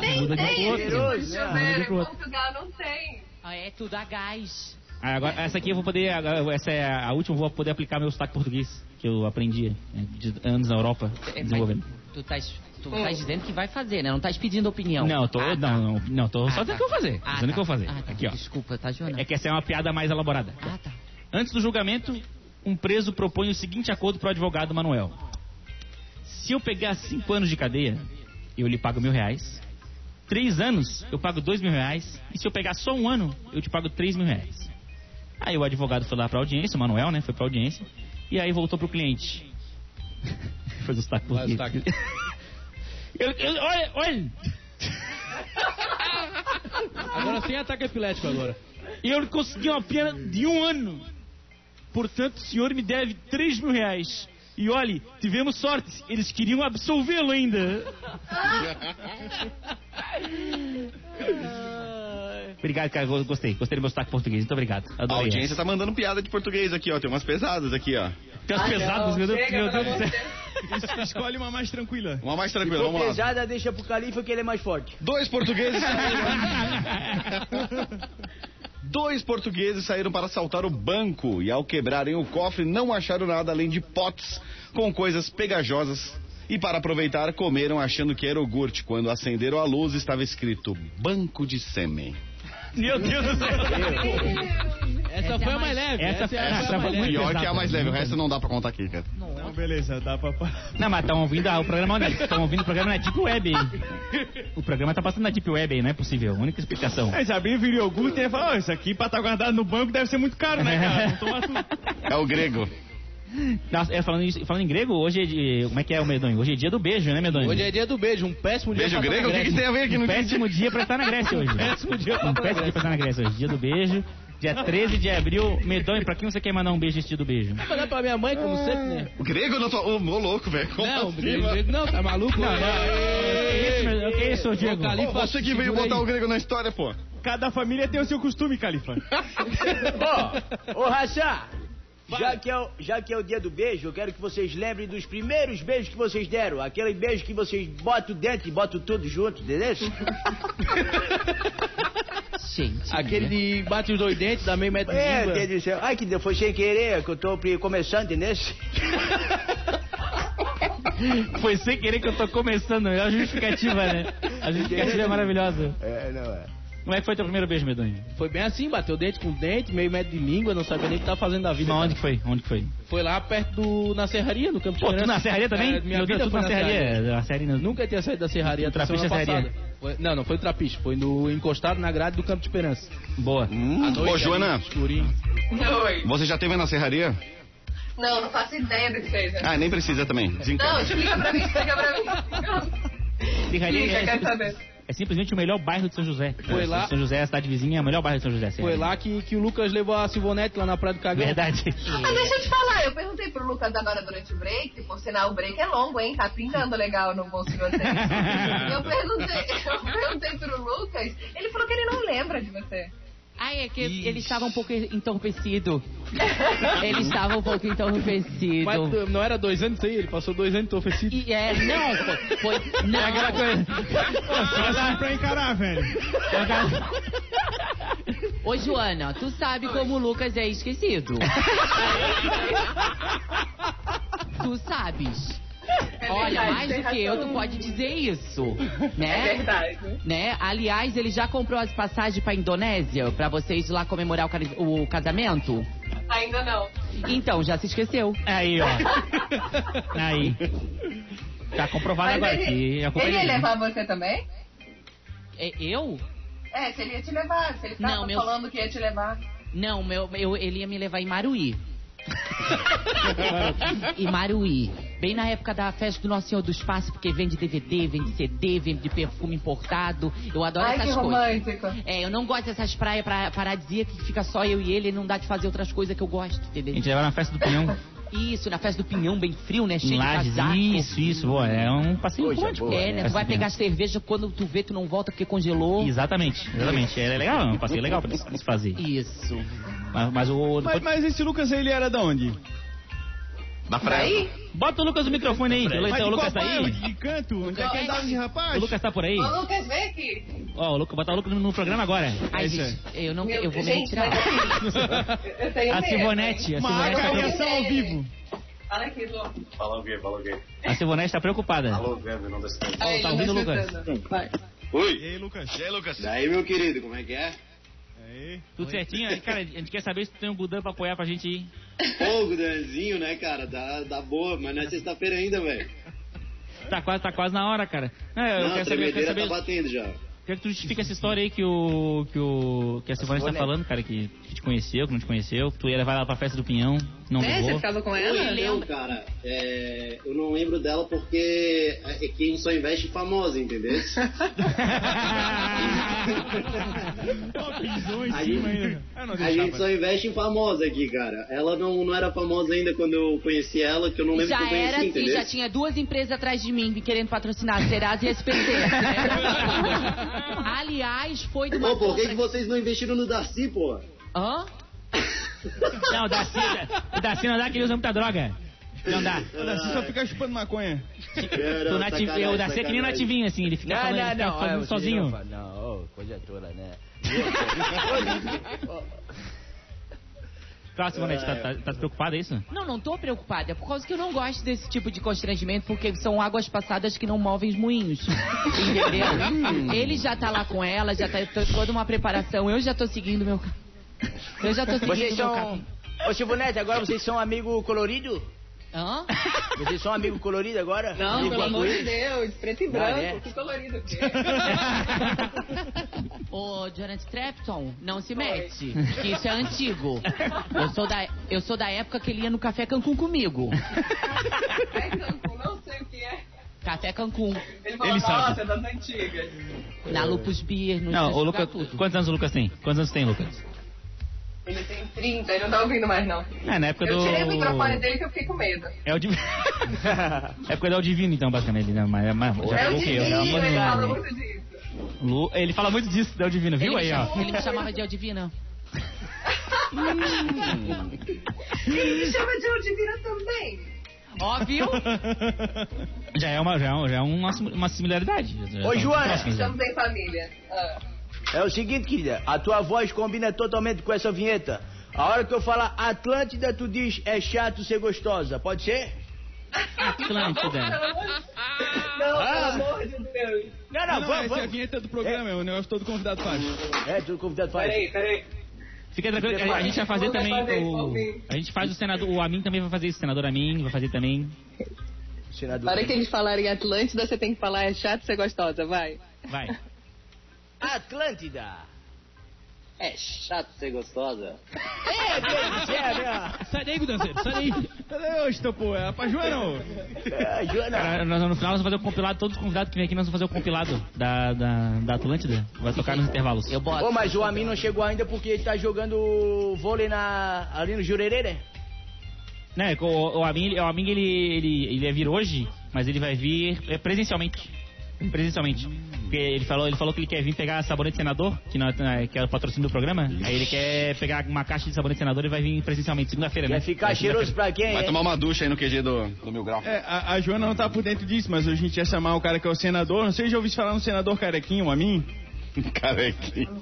Nem
Muda de
tem esse tipo de
posto.
chuveiro. Em Portugal não tem.
Ah, é tudo a gás.
Ah, agora, essa aqui eu vou poder. agora, Essa é a última, eu vou poder aplicar meu sotaque português, que eu aprendi né, de anos na Europa
É,
desenvolvendo.
mas Tu estás tu tás dizendo que vai fazer, né? Não estás pedindo opinião.
Não, eu tô.
Ah, tá.
não, não, não, tô só
Ah,
dizendo o
tá.
que eu vou fazer.
Ah,
dizendo o que eu vou fazer.
Ah, tá.
Aqui, ó.
Desculpa, tá, Joana?
É que essa é uma piada mais elaborada.
Ah, tá.
Antes do julgamento, um preso propõe o seguinte acordo para o advogado Manuel: Se eu pegar cinco anos de cadeia, eu lhe pago mil reais. Três anos, eu pago dois mil reais. E se eu pegar só um ano, eu te pago três mil reais. Aí o advogado foi lá para audiência, o Manuel, né? Foi para audiência. E aí voltou pro cliente. Faz o sotaque
Faz o
português. (laughs) Eu- eu- Olha, olha,
Agora sem ataque epilético agora.
eu consegui uma pena de um ano. Portanto, o senhor me deve 3 mil reais. E olhe, tivemos sorte, eles queriam absolvê-lo ainda. obrigado, cara, go- gostei. Gostei do meu sotaque português, muito obrigado.
A
Adorei.
audiência tá mandando piada de português aqui, ó. Tem umas pesadas aqui, ó.
Tem umas
Ah,
pesadas,
não,
meu Deus,
chega,
meu Deus do
pelo amor
céu.
de Deus.
Escolhe uma mais tranquila.
Uma mais
Se
tranquila,
for
vamos lá.
pesada, deixa pro Califa que ele é mais forte.
Dois
(laughs)
portugueses saíram... Dois portugueses saíram para assaltar o banco e ao quebrarem o cofre não acharam nada além de potes com coisas pegajosas e para aproveitar comeram achando que era iogurte. Quando acenderam a luz estava escrito Banco de Sêmen.
Meu Deus do céu.
Essa, foi a mais leve.
Essa-
é a
essa foi
mais
muito-
leve.
Pior
pesado,
que é a mais
né?
leve, o resto não dá pra contar aqui, cara.
Então, beleza, dá pra. parar.
Não, mas estão ouvindo ah, o programa né? Estão ouvindo o programa na Deep Web aí. O programa tá passando na Deep Web aí, não é possível. Única explicação.
Aí se abrir, vira iogurte e falar: "Ó, isso aqui pra estar guardado no banco deve ser muito caro, né, cara? Vamos tomar tudo.
É o grego.
(laughs) Nossa, é, falando, isso- falando em grego, hoje é de, Como é que é o Medonho? Hoje é dia do beijo, né, Medonho?
Hoje é dia do beijo, um péssimo dia.
é
Beijo
pra
grego? O que, que tem a ver aqui no
Péssimo dia pra estar na Grécia hoje. Péssimo dia pra, um péssimo dia pra estar na Grécia hoje. Dia do beijo. Dia 13 de abril. Medonho, pra quem você quer mandar um beijo esse dia do beijo?
Mandar pra minha mãe, como sempre, né?
O grego não tô. Ô, ô, louco, velho. Como
Não,
assim,
grego,
mano?
grego não, tá maluco? Não,
Que isso, Medonho? Que isso, Diego?
Ô, você que veio botar o grego na história, pô.
Cada família tem o seu costume, Califa.
Ô, ô Racha, já que, é o, já que é o dia do beijo, eu quero que vocês lembrem dos primeiros beijos que vocês deram. Aquele beijo que vocês botam o dente e botam tudo
(laughs)
junto, entendeu?
Gente.
Aquele de bate os dois dentes, dá meio metro de
É, meu Deus
língua.
do céu. Ai, que Deus, foi sem querer, que eu tô pre- começando, entendeu?
Foi sem querer que eu tô começando. É a justificativa, né? A justificativa é maravilhosa.
É, não é.
Como é que foi teu primeiro beijo, Medonho?
né?
Foi bem assim, bateu o dente com o dente, meio metro de língua, não sabia nem o que tá fazendo da vida.
Mas onde que foi? Onde que foi?
Foi lá perto do. na serraria, no Campo de
Pô, tu
Esperança.
na serraria também?
É, minha
Meu Deus,
vida
tu
foi
na serraria. A série não...
Nunca tinha saído da serraria
No
até
Trapiche
semana
a serraria.
passada. Foi- não, não foi o trapiche, foi no encostado na grade do Campo de Esperança.
Boa.
Hum.
À noite,
Ô, Joana,
ali, escurinho.
Oi.
você já teve na serraria?
Não, não faço ideia do que seja.
Ah, nem precisa também.
então.
Não,
Desencarna.
explica pra mim, explica pra mim.
Serraria
Explica,
é,
quero saber.
é simplesmente o melhor bairro de São José.
Foi lá-
São José é a cidade vizinha, é o melhor bairro de São José.
Foi lá que, que o Lucas levou a Silvonete lá na Praia do Cagão.
Verdade.
Mas deixa eu te falar, eu perguntei pro Lucas agora durante o break, por sinal o break é longo, hein? Tá pingando legal no bolso de vocês. Eu perguntei, eu perguntei pro Lucas, ele falou que ele não lembra de você.
Ai, é que ele estava um pouco entorpecido. (laughs) ele estava um pouco entorpecido.
Mas tu- não era dois anos isso aí? Ele passou dois anos torfecido.
E é, não, foi- foi.
É
Não,
Dá pra encarar, velho.
Ô, Joana, tu sabe como o Lucas
(laughs)
é esquecido. tu sabes.
É
Olha,
verdade,
mais
tem
do que eu,
razão.
tu pode dizer isso.
É
Né?
verdade.
Né? Aliás, ele já comprou as passagens pra Indonésia pra vocês lá comemorar o cari- o casamento?
Ainda não.
Então, já se esqueceu.
É Aí, ó. Tá Aí. Tá comprovado
Mas
agora que
ele,
a culpa
ele
é
ia
dele.
levar você também?
É, eu?
É, se ele ia te levar, se ele tava
Não, meu-
falando que ia te levar.
Não, meu, eu, ele ia me levar em Maruí. em Maruí. Bem na época da festa do Nosso Senhor do Espaço, porque vende DVD, vende CD, vende perfume importado. Eu adoro
Ai, que
essas coisas.
romântico.
É, eu não gosto dessas praias pra, paradisíacas que fica só eu e ele, ele não dá de fazer outras coisas que eu gosto,
A
entendeu?
gente leva na festa do pinhão
Isso, na festa do Pinhão, bem frio, né?
em
Cheio de
Lages.
casaco.
Isso, isso, boa. É um passeio
Coisa
romântico.
boa,
É, né? Tu vai pegar cerveja quando tu vê, tu não volta porque congelou.
Exatamente, exatamente. É legal, é um passeio legal pra se fazer.
Isso.
É
Mas, mas o. Então,
Mas, mas esse Lucas, ele era da onde?
Na frente.
Daí?
Bota o Lucas no microfone aí. Lucas, o Lucas tá
bairro
aí?
de canto? Onde é que
Qual é?
andava esse rapaz?
O Lucas tá por aí?
Ô, Lucas, vem aqui.
Ó, o Lucas, botar o Lucas no programa agora.
Ai,
É isso
gente, eu não eu vou me
gente,
retirar.
mas assim, eu- eu tenho
A
medo,
Sivonete,
hein?
a
Uma
Sivonete, tá,
acariação ao vivo.
Fala aqui, Lu.
Fala alguém, fala alguém.
a Sivonete tá preocupada.
Alô, Gabi, não dá sinal.
Ó, tá ouvindo o Lucas?
Oi.
E aí, Lucas?
E aí, Lucas?
Daí, meu querido, como é que é?
Aí.
Tudo certinho? Aí, Cara, a gente quer saber se tu tem um Gudan pra apoiar pra gente aí.
Fogo, Danzinho, né, cara? Dá, dá boa, mas não é sexta-feira ainda, velho.
Tá quase, tá quase na hora, cara. Não, eu
Não, a
quero saber, eu quero
tremedeira tá
saber.
batendo já.
Quero que tu justifica essa história aí que o. que o. que a Silvana está falando, cara, que, que te conheceu, que não te conheceu, que tu ia levar ela pra festa do Pinhão, não
É, você
levou.
ficava com
Oi,
ela?
um
não, cara. É, eu não lembro dela porque é que a gente só investe em famosa, entendeu?
(laughs)
Ó, pisou em
Aí.
cima ainda. Ah, não
A
Tá,
gente
deixava.
só investe em famosa aqui, cara. Ela não, não era famosa ainda quando eu conheci ela, que eu não lembro que
Já
eu conheci,
era assim,
entendeu?
já tinha duas empresas atrás de mim me querendo patrocinar, Serasa e SPC. né?
(laughs)
Aliás, foi de uma
Pô, por que,
compra-
que vocês não investiram no Darcy, pô?
(laughs)
Hã?
Não, o Daci, o Daci não dá que ele usa muita droga. Não dá.
Assim só ficar chupando maconha.
Tu nati- é o Daci é que nem o
nativinho.
nativinho, assim, ele fica
tá Não,
falando,
não,
ele fica
não.
falando
é, vocês
sozinho.
não falam, Não, ô, coisa tola, né?
Tá, Silvonete, tá, tá, tá preocupada, é isso?
Não, não tô preocupada, é por causa que eu não gosto desse tipo de constrangimento, porque são águas passadas que não movem os moinhos.
(laughs) Hum.
Entendeu? Ele já tá lá com ela, já tá tô- toda uma preparação, eu já tô seguindo meu. ca- Eu já tô seguindo
Vocês
meu
são...
caminho.
Ô, Silvonete, agora vocês são amigo colorido?
Hã?
Vocês são amigo colorido agora?
Não,
Amigo
pelo amor
arco-íris?
de Deus, preto e
Ah,
branco,
é?
que colorido que
(laughs)
Ô, Jonathan Trepton, não se mete. que Isso é antigo. Eu sou, da, eu sou da época que ele ia no Café Cancún comigo.
é. Cancún, não sei o que é.
Café Cancún.
Ele falou, nossa, é das antigas.
Na Lupus Beer, no
Não,
Esses
o
lugar
Lucas.
tudo.
Quantos anos o Lucas tem? Quantos anos tem, Lucas?
Ele tem 30, ele não tá ouvindo mais, não.
É, na época
Eu
do.
tirei o microfone dele que eu fiquei com medo.
É o (laughs) divino. é porque é o divino, então, basicamente, né? Mas, mas já
É o
pegou o quê?
Didinho,
Eu-
ele fala
Lu-
muito disso.
Lu- Ele fala muito disso, Del Divino, viu
Ele,
aí,
me
ó?
chamava, ele me chamava de Aldivina.
Ele me chama de Aldivina também.
Óbvio.
Já é uma, já é um- já é uma, uma similaridade. Já- já
Ô,
são
Joana,
próximos, já.
Estamos em família. Ah.
É o seguinte, querida, a tua voz combina totalmente com essa vinheta. A hora que eu falar Atlântida, tu diz é chato ser gostosa, pode ser?
Atlântida.
Não,
Ah.
pelo amor de Deus.
Não,
Não,
não,
não, essa
vamos,
é a
vamos.
vinheta do programa, é o negócio todo convidado faz.
É, tu convidado faz.
Peraí, peraí.
Fica tranquilo, que a gente vai fazer
Vou
também
fazer, vou
o...
ouvir.
A gente faz o senador... O Amin também vai fazer isso, o senador Amin vai fazer também.
Senador.
Na hora que eles falarem Atlântida, você tem que falar é chato ser gostosa, vai.
Vai.
Atlântida.
É chato ser gostosa.
É, pois é, né?
Sai daí, Gudanceiro, sai daí.
Cadê hoje, Topo? É pra Joana, ô.
É, Joana.
Cara, nós- no final nós vamos fazer o compilado, todos os convidados que vêm aqui nós vamos fazer o compilado da, da, da Atlântida. Vai tocar nos intervalos.
Eu boto.
Ô, mas o Amin não chegou ainda porque ele tá jogando vôlei na, ali no Jurerê, né?
Né, o, o Amin, ele- o Amin ele, ele, ele ia vir hoje, mas ele vai vir é, presencialmente. Presencialmente. Porque ele falou, ele falou que ele quer vir pegar sabonete senador, que, não, é- que é o patrocínio do programa. Aí ele quer pegar uma caixa de sabonete senador e vai vir presencialmente, segunda-feira, né?
Quer ficar
É, segunda-feira.
cheiroso pra quem?
Vai
hein?
tomar um uma ducha aí no QG do, do Mil Grau. (laughs)
É, a, a Joana não tá por dentro disso, mas hoje a gente ia chamar o cara que é o senador. Não sei se já ouvi falar no senador carequinho, a mim.
é Carequinho.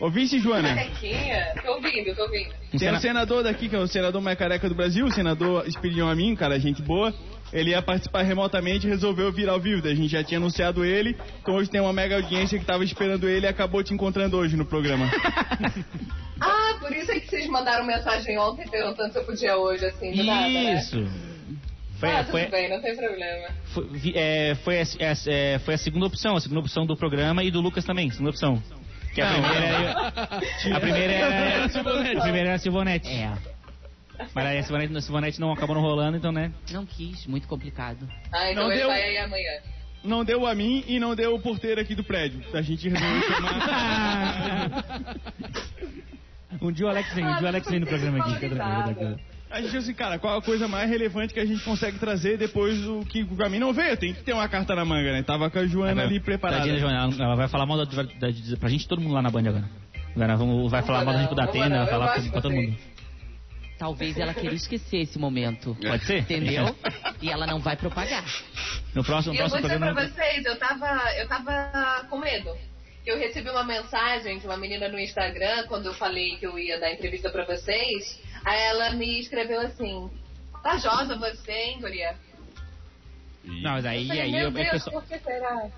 Ouvisse, Joana?
Carequinha? Tá Tô ouvindo, tô ouvindo.
Um
Tem
sena-
um senador daqui, que é o senador mais careca do Brasil, o senador Espirião Amin, cara, gente boa. Ele ia participar remotamente e resolveu vir ao vivo. daí A gente já tinha anunciado ele, então hoje tem uma mega audiência que tava esperando ele e acabou te encontrando hoje no programa.
Ah, por isso é que vocês mandaram mensagem ontem perguntando se eu podia hoje, assim, do nada, né?
Isso. Foi,
ah, tudo
foi,
bem, não tem problema.
foi, vi- é, foi a, é, é, foi a segunda opção, a segunda opção do programa e do Lucas também, segunda opção. Que a primeira era. (laughs) eu- A primeira era. A primeira era a Silvonete.
É,
Mas aí a Silvanete, a Silvanete não acabou não rolando, então, né?
não quis, muito complicado.
Ah, então
Não
ele
deu.
vai aí amanhã.
Não deu a mim e não deu o porteiro aqui do prédio. A gente resolveu chamar.
um dia o Alex vem, um dia o Alex vem no programa aqui.
Ah,
fica tranquilo, fica tranquilo.
A gente assim, cara, qual a coisa mais relevante que a gente consegue trazer depois do que o caminho não veio? Tem que ter uma carta na manga, né? Tava com a
É,
Joana ali preparada.
Tadinha da Joana, ela- ela vai falar mal da, da, da- pra gente todo mundo lá na Band agora. Agora vamos, vai falar mal da gente com o
Não, não,
Datena, vai
eu
falar
gosto
pra, pra todo
de vocês.
mundo.
Talvez ela queira esquecer esse momento.
Pode ser?
Entendeu? E ela não vai propagar.
No próximo,
E eu vou
próximo
dizer pra
programa.
vocês, eu tava, eu tava com medo. Eu recebi uma mensagem de uma menina no Instagram, quando eu falei que eu ia dar entrevista pra vocês, aí ela me escreveu assim, corajosa você, hein, Guria?
Não, mas aí,
falei,
aí
meu
o
Deus,
pessoal-
por que será?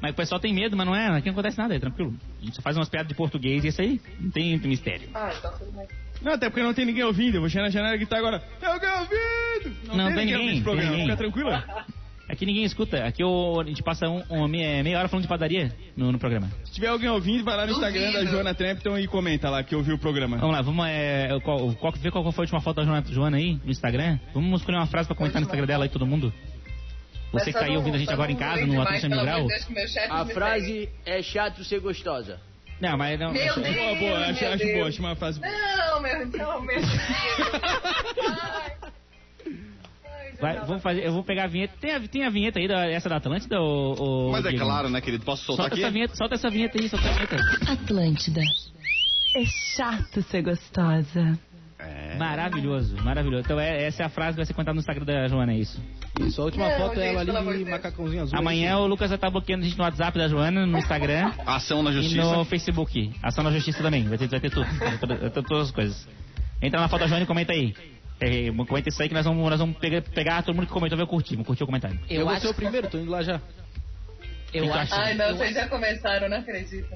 mas o pessoal tem medo, mas não é, aqui não acontece nada, é tranquilo. A gente só faz umas piadas de português e isso aí não tem muito mistério.
Ah, então tudo bem.
Não, até porque não tem ninguém ouvindo. Eu vou chegar na janela e tá agora. Eu ouvindo!
Não, tem ninguém,
ouvindo esse
tem
programa.
ninguém.
Fica tranquila.
Aqui ninguém escuta, aqui o- a gente passa um, um- meia, meia hora falando de padaria no, no programa.
Se tiver alguém ouvindo, vai lá no Instagram da Joana Trampton e comenta lá que ouviu o programa.
Vamos lá, vamos é, qual, qual, ver qual foi a última foto da Joana, Joana aí no Instagram. Vamos escolher uma frase pra comentar no Instagram dela aí, todo mundo. Você que tá aí ouvindo a gente agora em casa, no Atlântica Mil Grau.
A frase é chato ser gostosa.
Não, mas não.
Meu Deus,
Boa, boa, acho,
meu
acho
Deus.
boa, acho uma frase boa.
Não, meu, então, meu Deus. Ai. Ai,
Vai,
Jornal
vamos fazer, eu vou pegar a vinheta. Tem a, tem a vinheta aí, da, essa da Atlântida? Ou,
Mas é claro, né, querido? Posso soltar
Solta
aqui?
essa, vinheta, solta essa vinheta aí, solta essa vinheta.
Atlântida. É chato ser gostosa.
É.
Maravilhoso, maravilhoso. Então é, essa é a frase que vai ser contada no Instagram da Joana, é isso.
Isso, a última
Não,
foto é
gente,
ela
pelo amor
ali,
de Deus.
macacãozinho azul.
Amanhã o Lucas vai estar bloqueando a gente no WhatsApp da Joana,
(laughs)
no Instagram
Ação na
e
justiça.
no Facebook. Ação na Justiça também, vai ter, vai ter tudo, vai ter- vai ter todas as coisas. Entra na foto da Joana e comenta aí. É, comenta isso aí que nós vamos, nós vamos pegar, pegar todo mundo que comentou, vai curtir, vamos curtir o comentário.
(laughs)
Eu,
Eu
vou ser
acho.
o primeiro, tô indo lá já.
Eu
Fica
acho.
assim.
Ai, não, vocês já começaram, não acredito.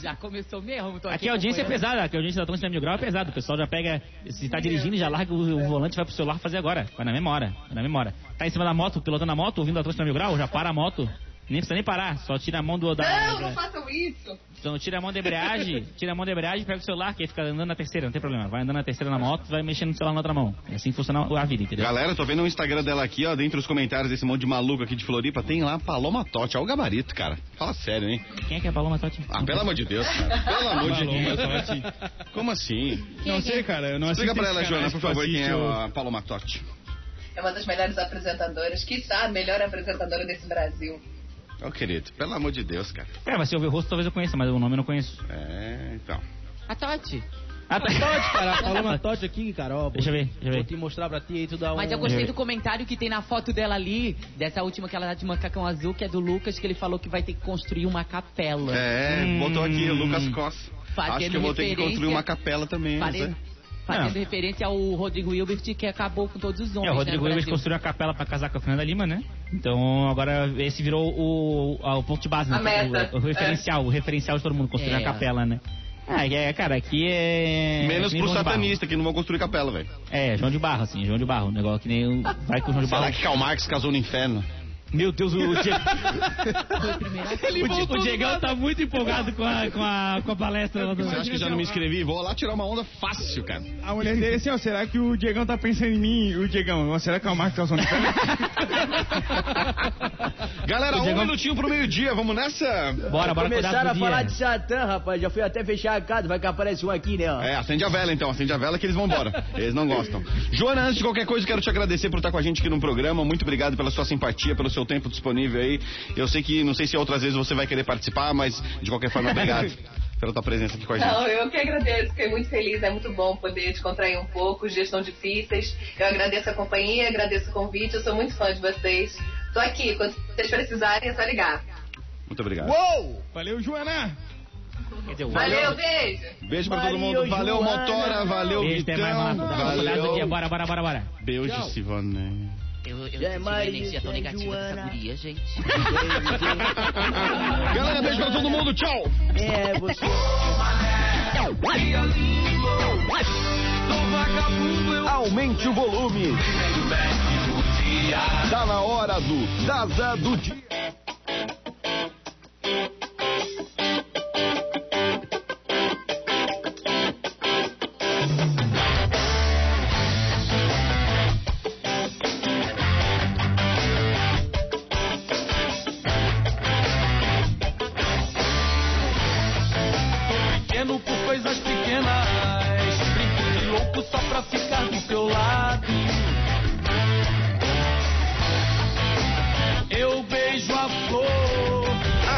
Já começou mesmo. Tô
Aqui a audiência é
acompanhando.
pesada, aqui a audiência da Atlântida Mil Grau é pesada. O pessoal já pega, se tá dirigindo, já larga o, o volante, vai pro celular fazer agora. Vai na mesma hora, vai na mesma hora. Tá em cima da moto, pilotando a moto, ouvindo a Atlântida Mil Grau, já para a moto. Nem precisa nem parar, só tira a mão do... Da,
Não, não
da-
façam isso.
então tira a mão da embreagem, tira a mão da embreagem, pega o celular, que aí fica andando na terceira, não tem problema. Vai andando na terceira na moto, vai mexendo no celular na outra mão. É assim que funciona a vida, entendeu?
Galera, tô vendo o Instagram dela aqui, ó, dentre os comentários desse monte de maluco aqui de Floripa, tem lá Paloma Totti, ó o gabarito, cara. Fala sério, hein?
Quem é que é a Paloma Totti?
Ah, pelo amor de Deus, cara. Pelo amor de
Paloma
Deus. Como assim?
é
Não sei, cara. Eu não
Explica
assisto
pra ela,
esses
Joana,
canais
por
que tu
favor, quem é
assiste, eu-
a Paloma Totti.
É uma das melhores apresentadoras, quiçá a melhor apresentadora desse Brasil.
Ô, querido, pelo amor de Deus, cara.
Cara, mas se eu ver É, o rosto talvez eu conheça, mas o nome eu não conheço.
É, então.
A Toti.
Ah, tá.
Cara, a Paloma Totti aqui, cara, ó.
Deixa eu ver, deixa eu ver.
Vou te mostrar pra ti aí, tu dá um...
Mas eu
é.
gostei do comentário que tem na foto dela ali, dessa última que ela tá de macacão azul, que é do Lucas, que ele falou que vai ter que construir uma capela.
É,
Hum.
botou aqui, Lucas Costa.
Fazendo
Acho que eu vou ter que
referência-
construir uma capela também.
Pare-
né?
Fazendo
Não.
referência ao Rodrigo Hilbert, que acabou com todos os homens.
É, o Rodrigo
né, no
Willis
Brasil.
construiu a capela pra casar com a Fernanda Lima, né? Então agora esse virou o, o, o ponto de base, né?
A meta.
O, o referencial, o referencial de todo mundo, construir
É.
a capela, né? Ah, é, cara, aqui é.
Menos
é que nem
pro
João de Barro.
satanista, que não vão construir capela, velho.
É, João de Barro, assim, João de Barro. Um negócio que nem. o- Vai com o João de
Será
Barro.
que Karl Marx casou no inferno?
Meu (laughs) Deus, o, o, Die-
Foi a primeira vez.
o, Die- o Diegão tá muito empolgado com a, com a, com a palestra lá do.
Você acha que já não me inscrevi? Vou lá tirar uma onda fácil, cara.
A mulher dele assim, ó, será que o Diegão tá pensando em mim? O Diegão, ó, será que é o Marcos tá usando
Galera, um
Diegão-
minutinho pro meio-dia, vamos nessa?
Bora, bora cuidar
Começaram
do
a
dia.
falar de Satã, rapaz. Já fui até fechar a casa, vai que aparece um aqui,
(laughs)
né? ó.
É, acende a vela então, acende a vela que eles vão embora. Eles não gostam. Joana, antes de qualquer coisa, quero te agradecer por estar com a gente aqui no programa. Muito obrigado pela sua simpatia, pelo seu tempo disponível aí. Eu sei que, não sei se outras vezes você vai querer participar, mas de qualquer forma, obrigado pela tua presença aqui com a gente.
Não, eu que agradeço, fiquei muito feliz, é muito bom poder descontrair um pouco, os dias estão difíceis. Eu agradeço a companhia, agradeço o convite, eu sou muito fã de vocês. Tô aqui, quando vocês precisarem é só ligar.
Muito obrigado.
Uou! Valeu, Joana!
Quer dizer, o-
Valeu, beijo!
Beijo pra todo
Valeu,
mundo. Valeu,
Joana.
Motora. Valeu,
Beijo, até mais,
Vitão.
mano. Cuidado do dia,
Valeu.
bora, bora, bora, bora.
Beijo, Sivone.
Eu, eu
Já é
tive uma
Maria,
energia tão
já é
negativa dessa
Joana.
guria, gente.
Galera, beijo pra todo mundo. Tchau.
É, você.
Aumente o volume. Tá na hora do Daza do Dia.
pequeno por coisas pequenas. Brinco de louco só pra ficar do seu lado. Eu beijo a flor.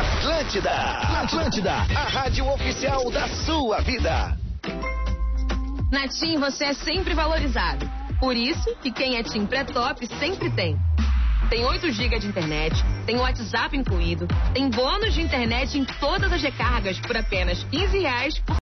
Atlântida, Atlântida, a rádio oficial da sua vida.
Na TIM você é sempre valorizado. Por isso que quem é TIM pré-top sempre tem. Tem 8 GB de internet, tem WhatsApp incluído, tem bônus de internet em todas as recargas por apenas R$ 15 reais por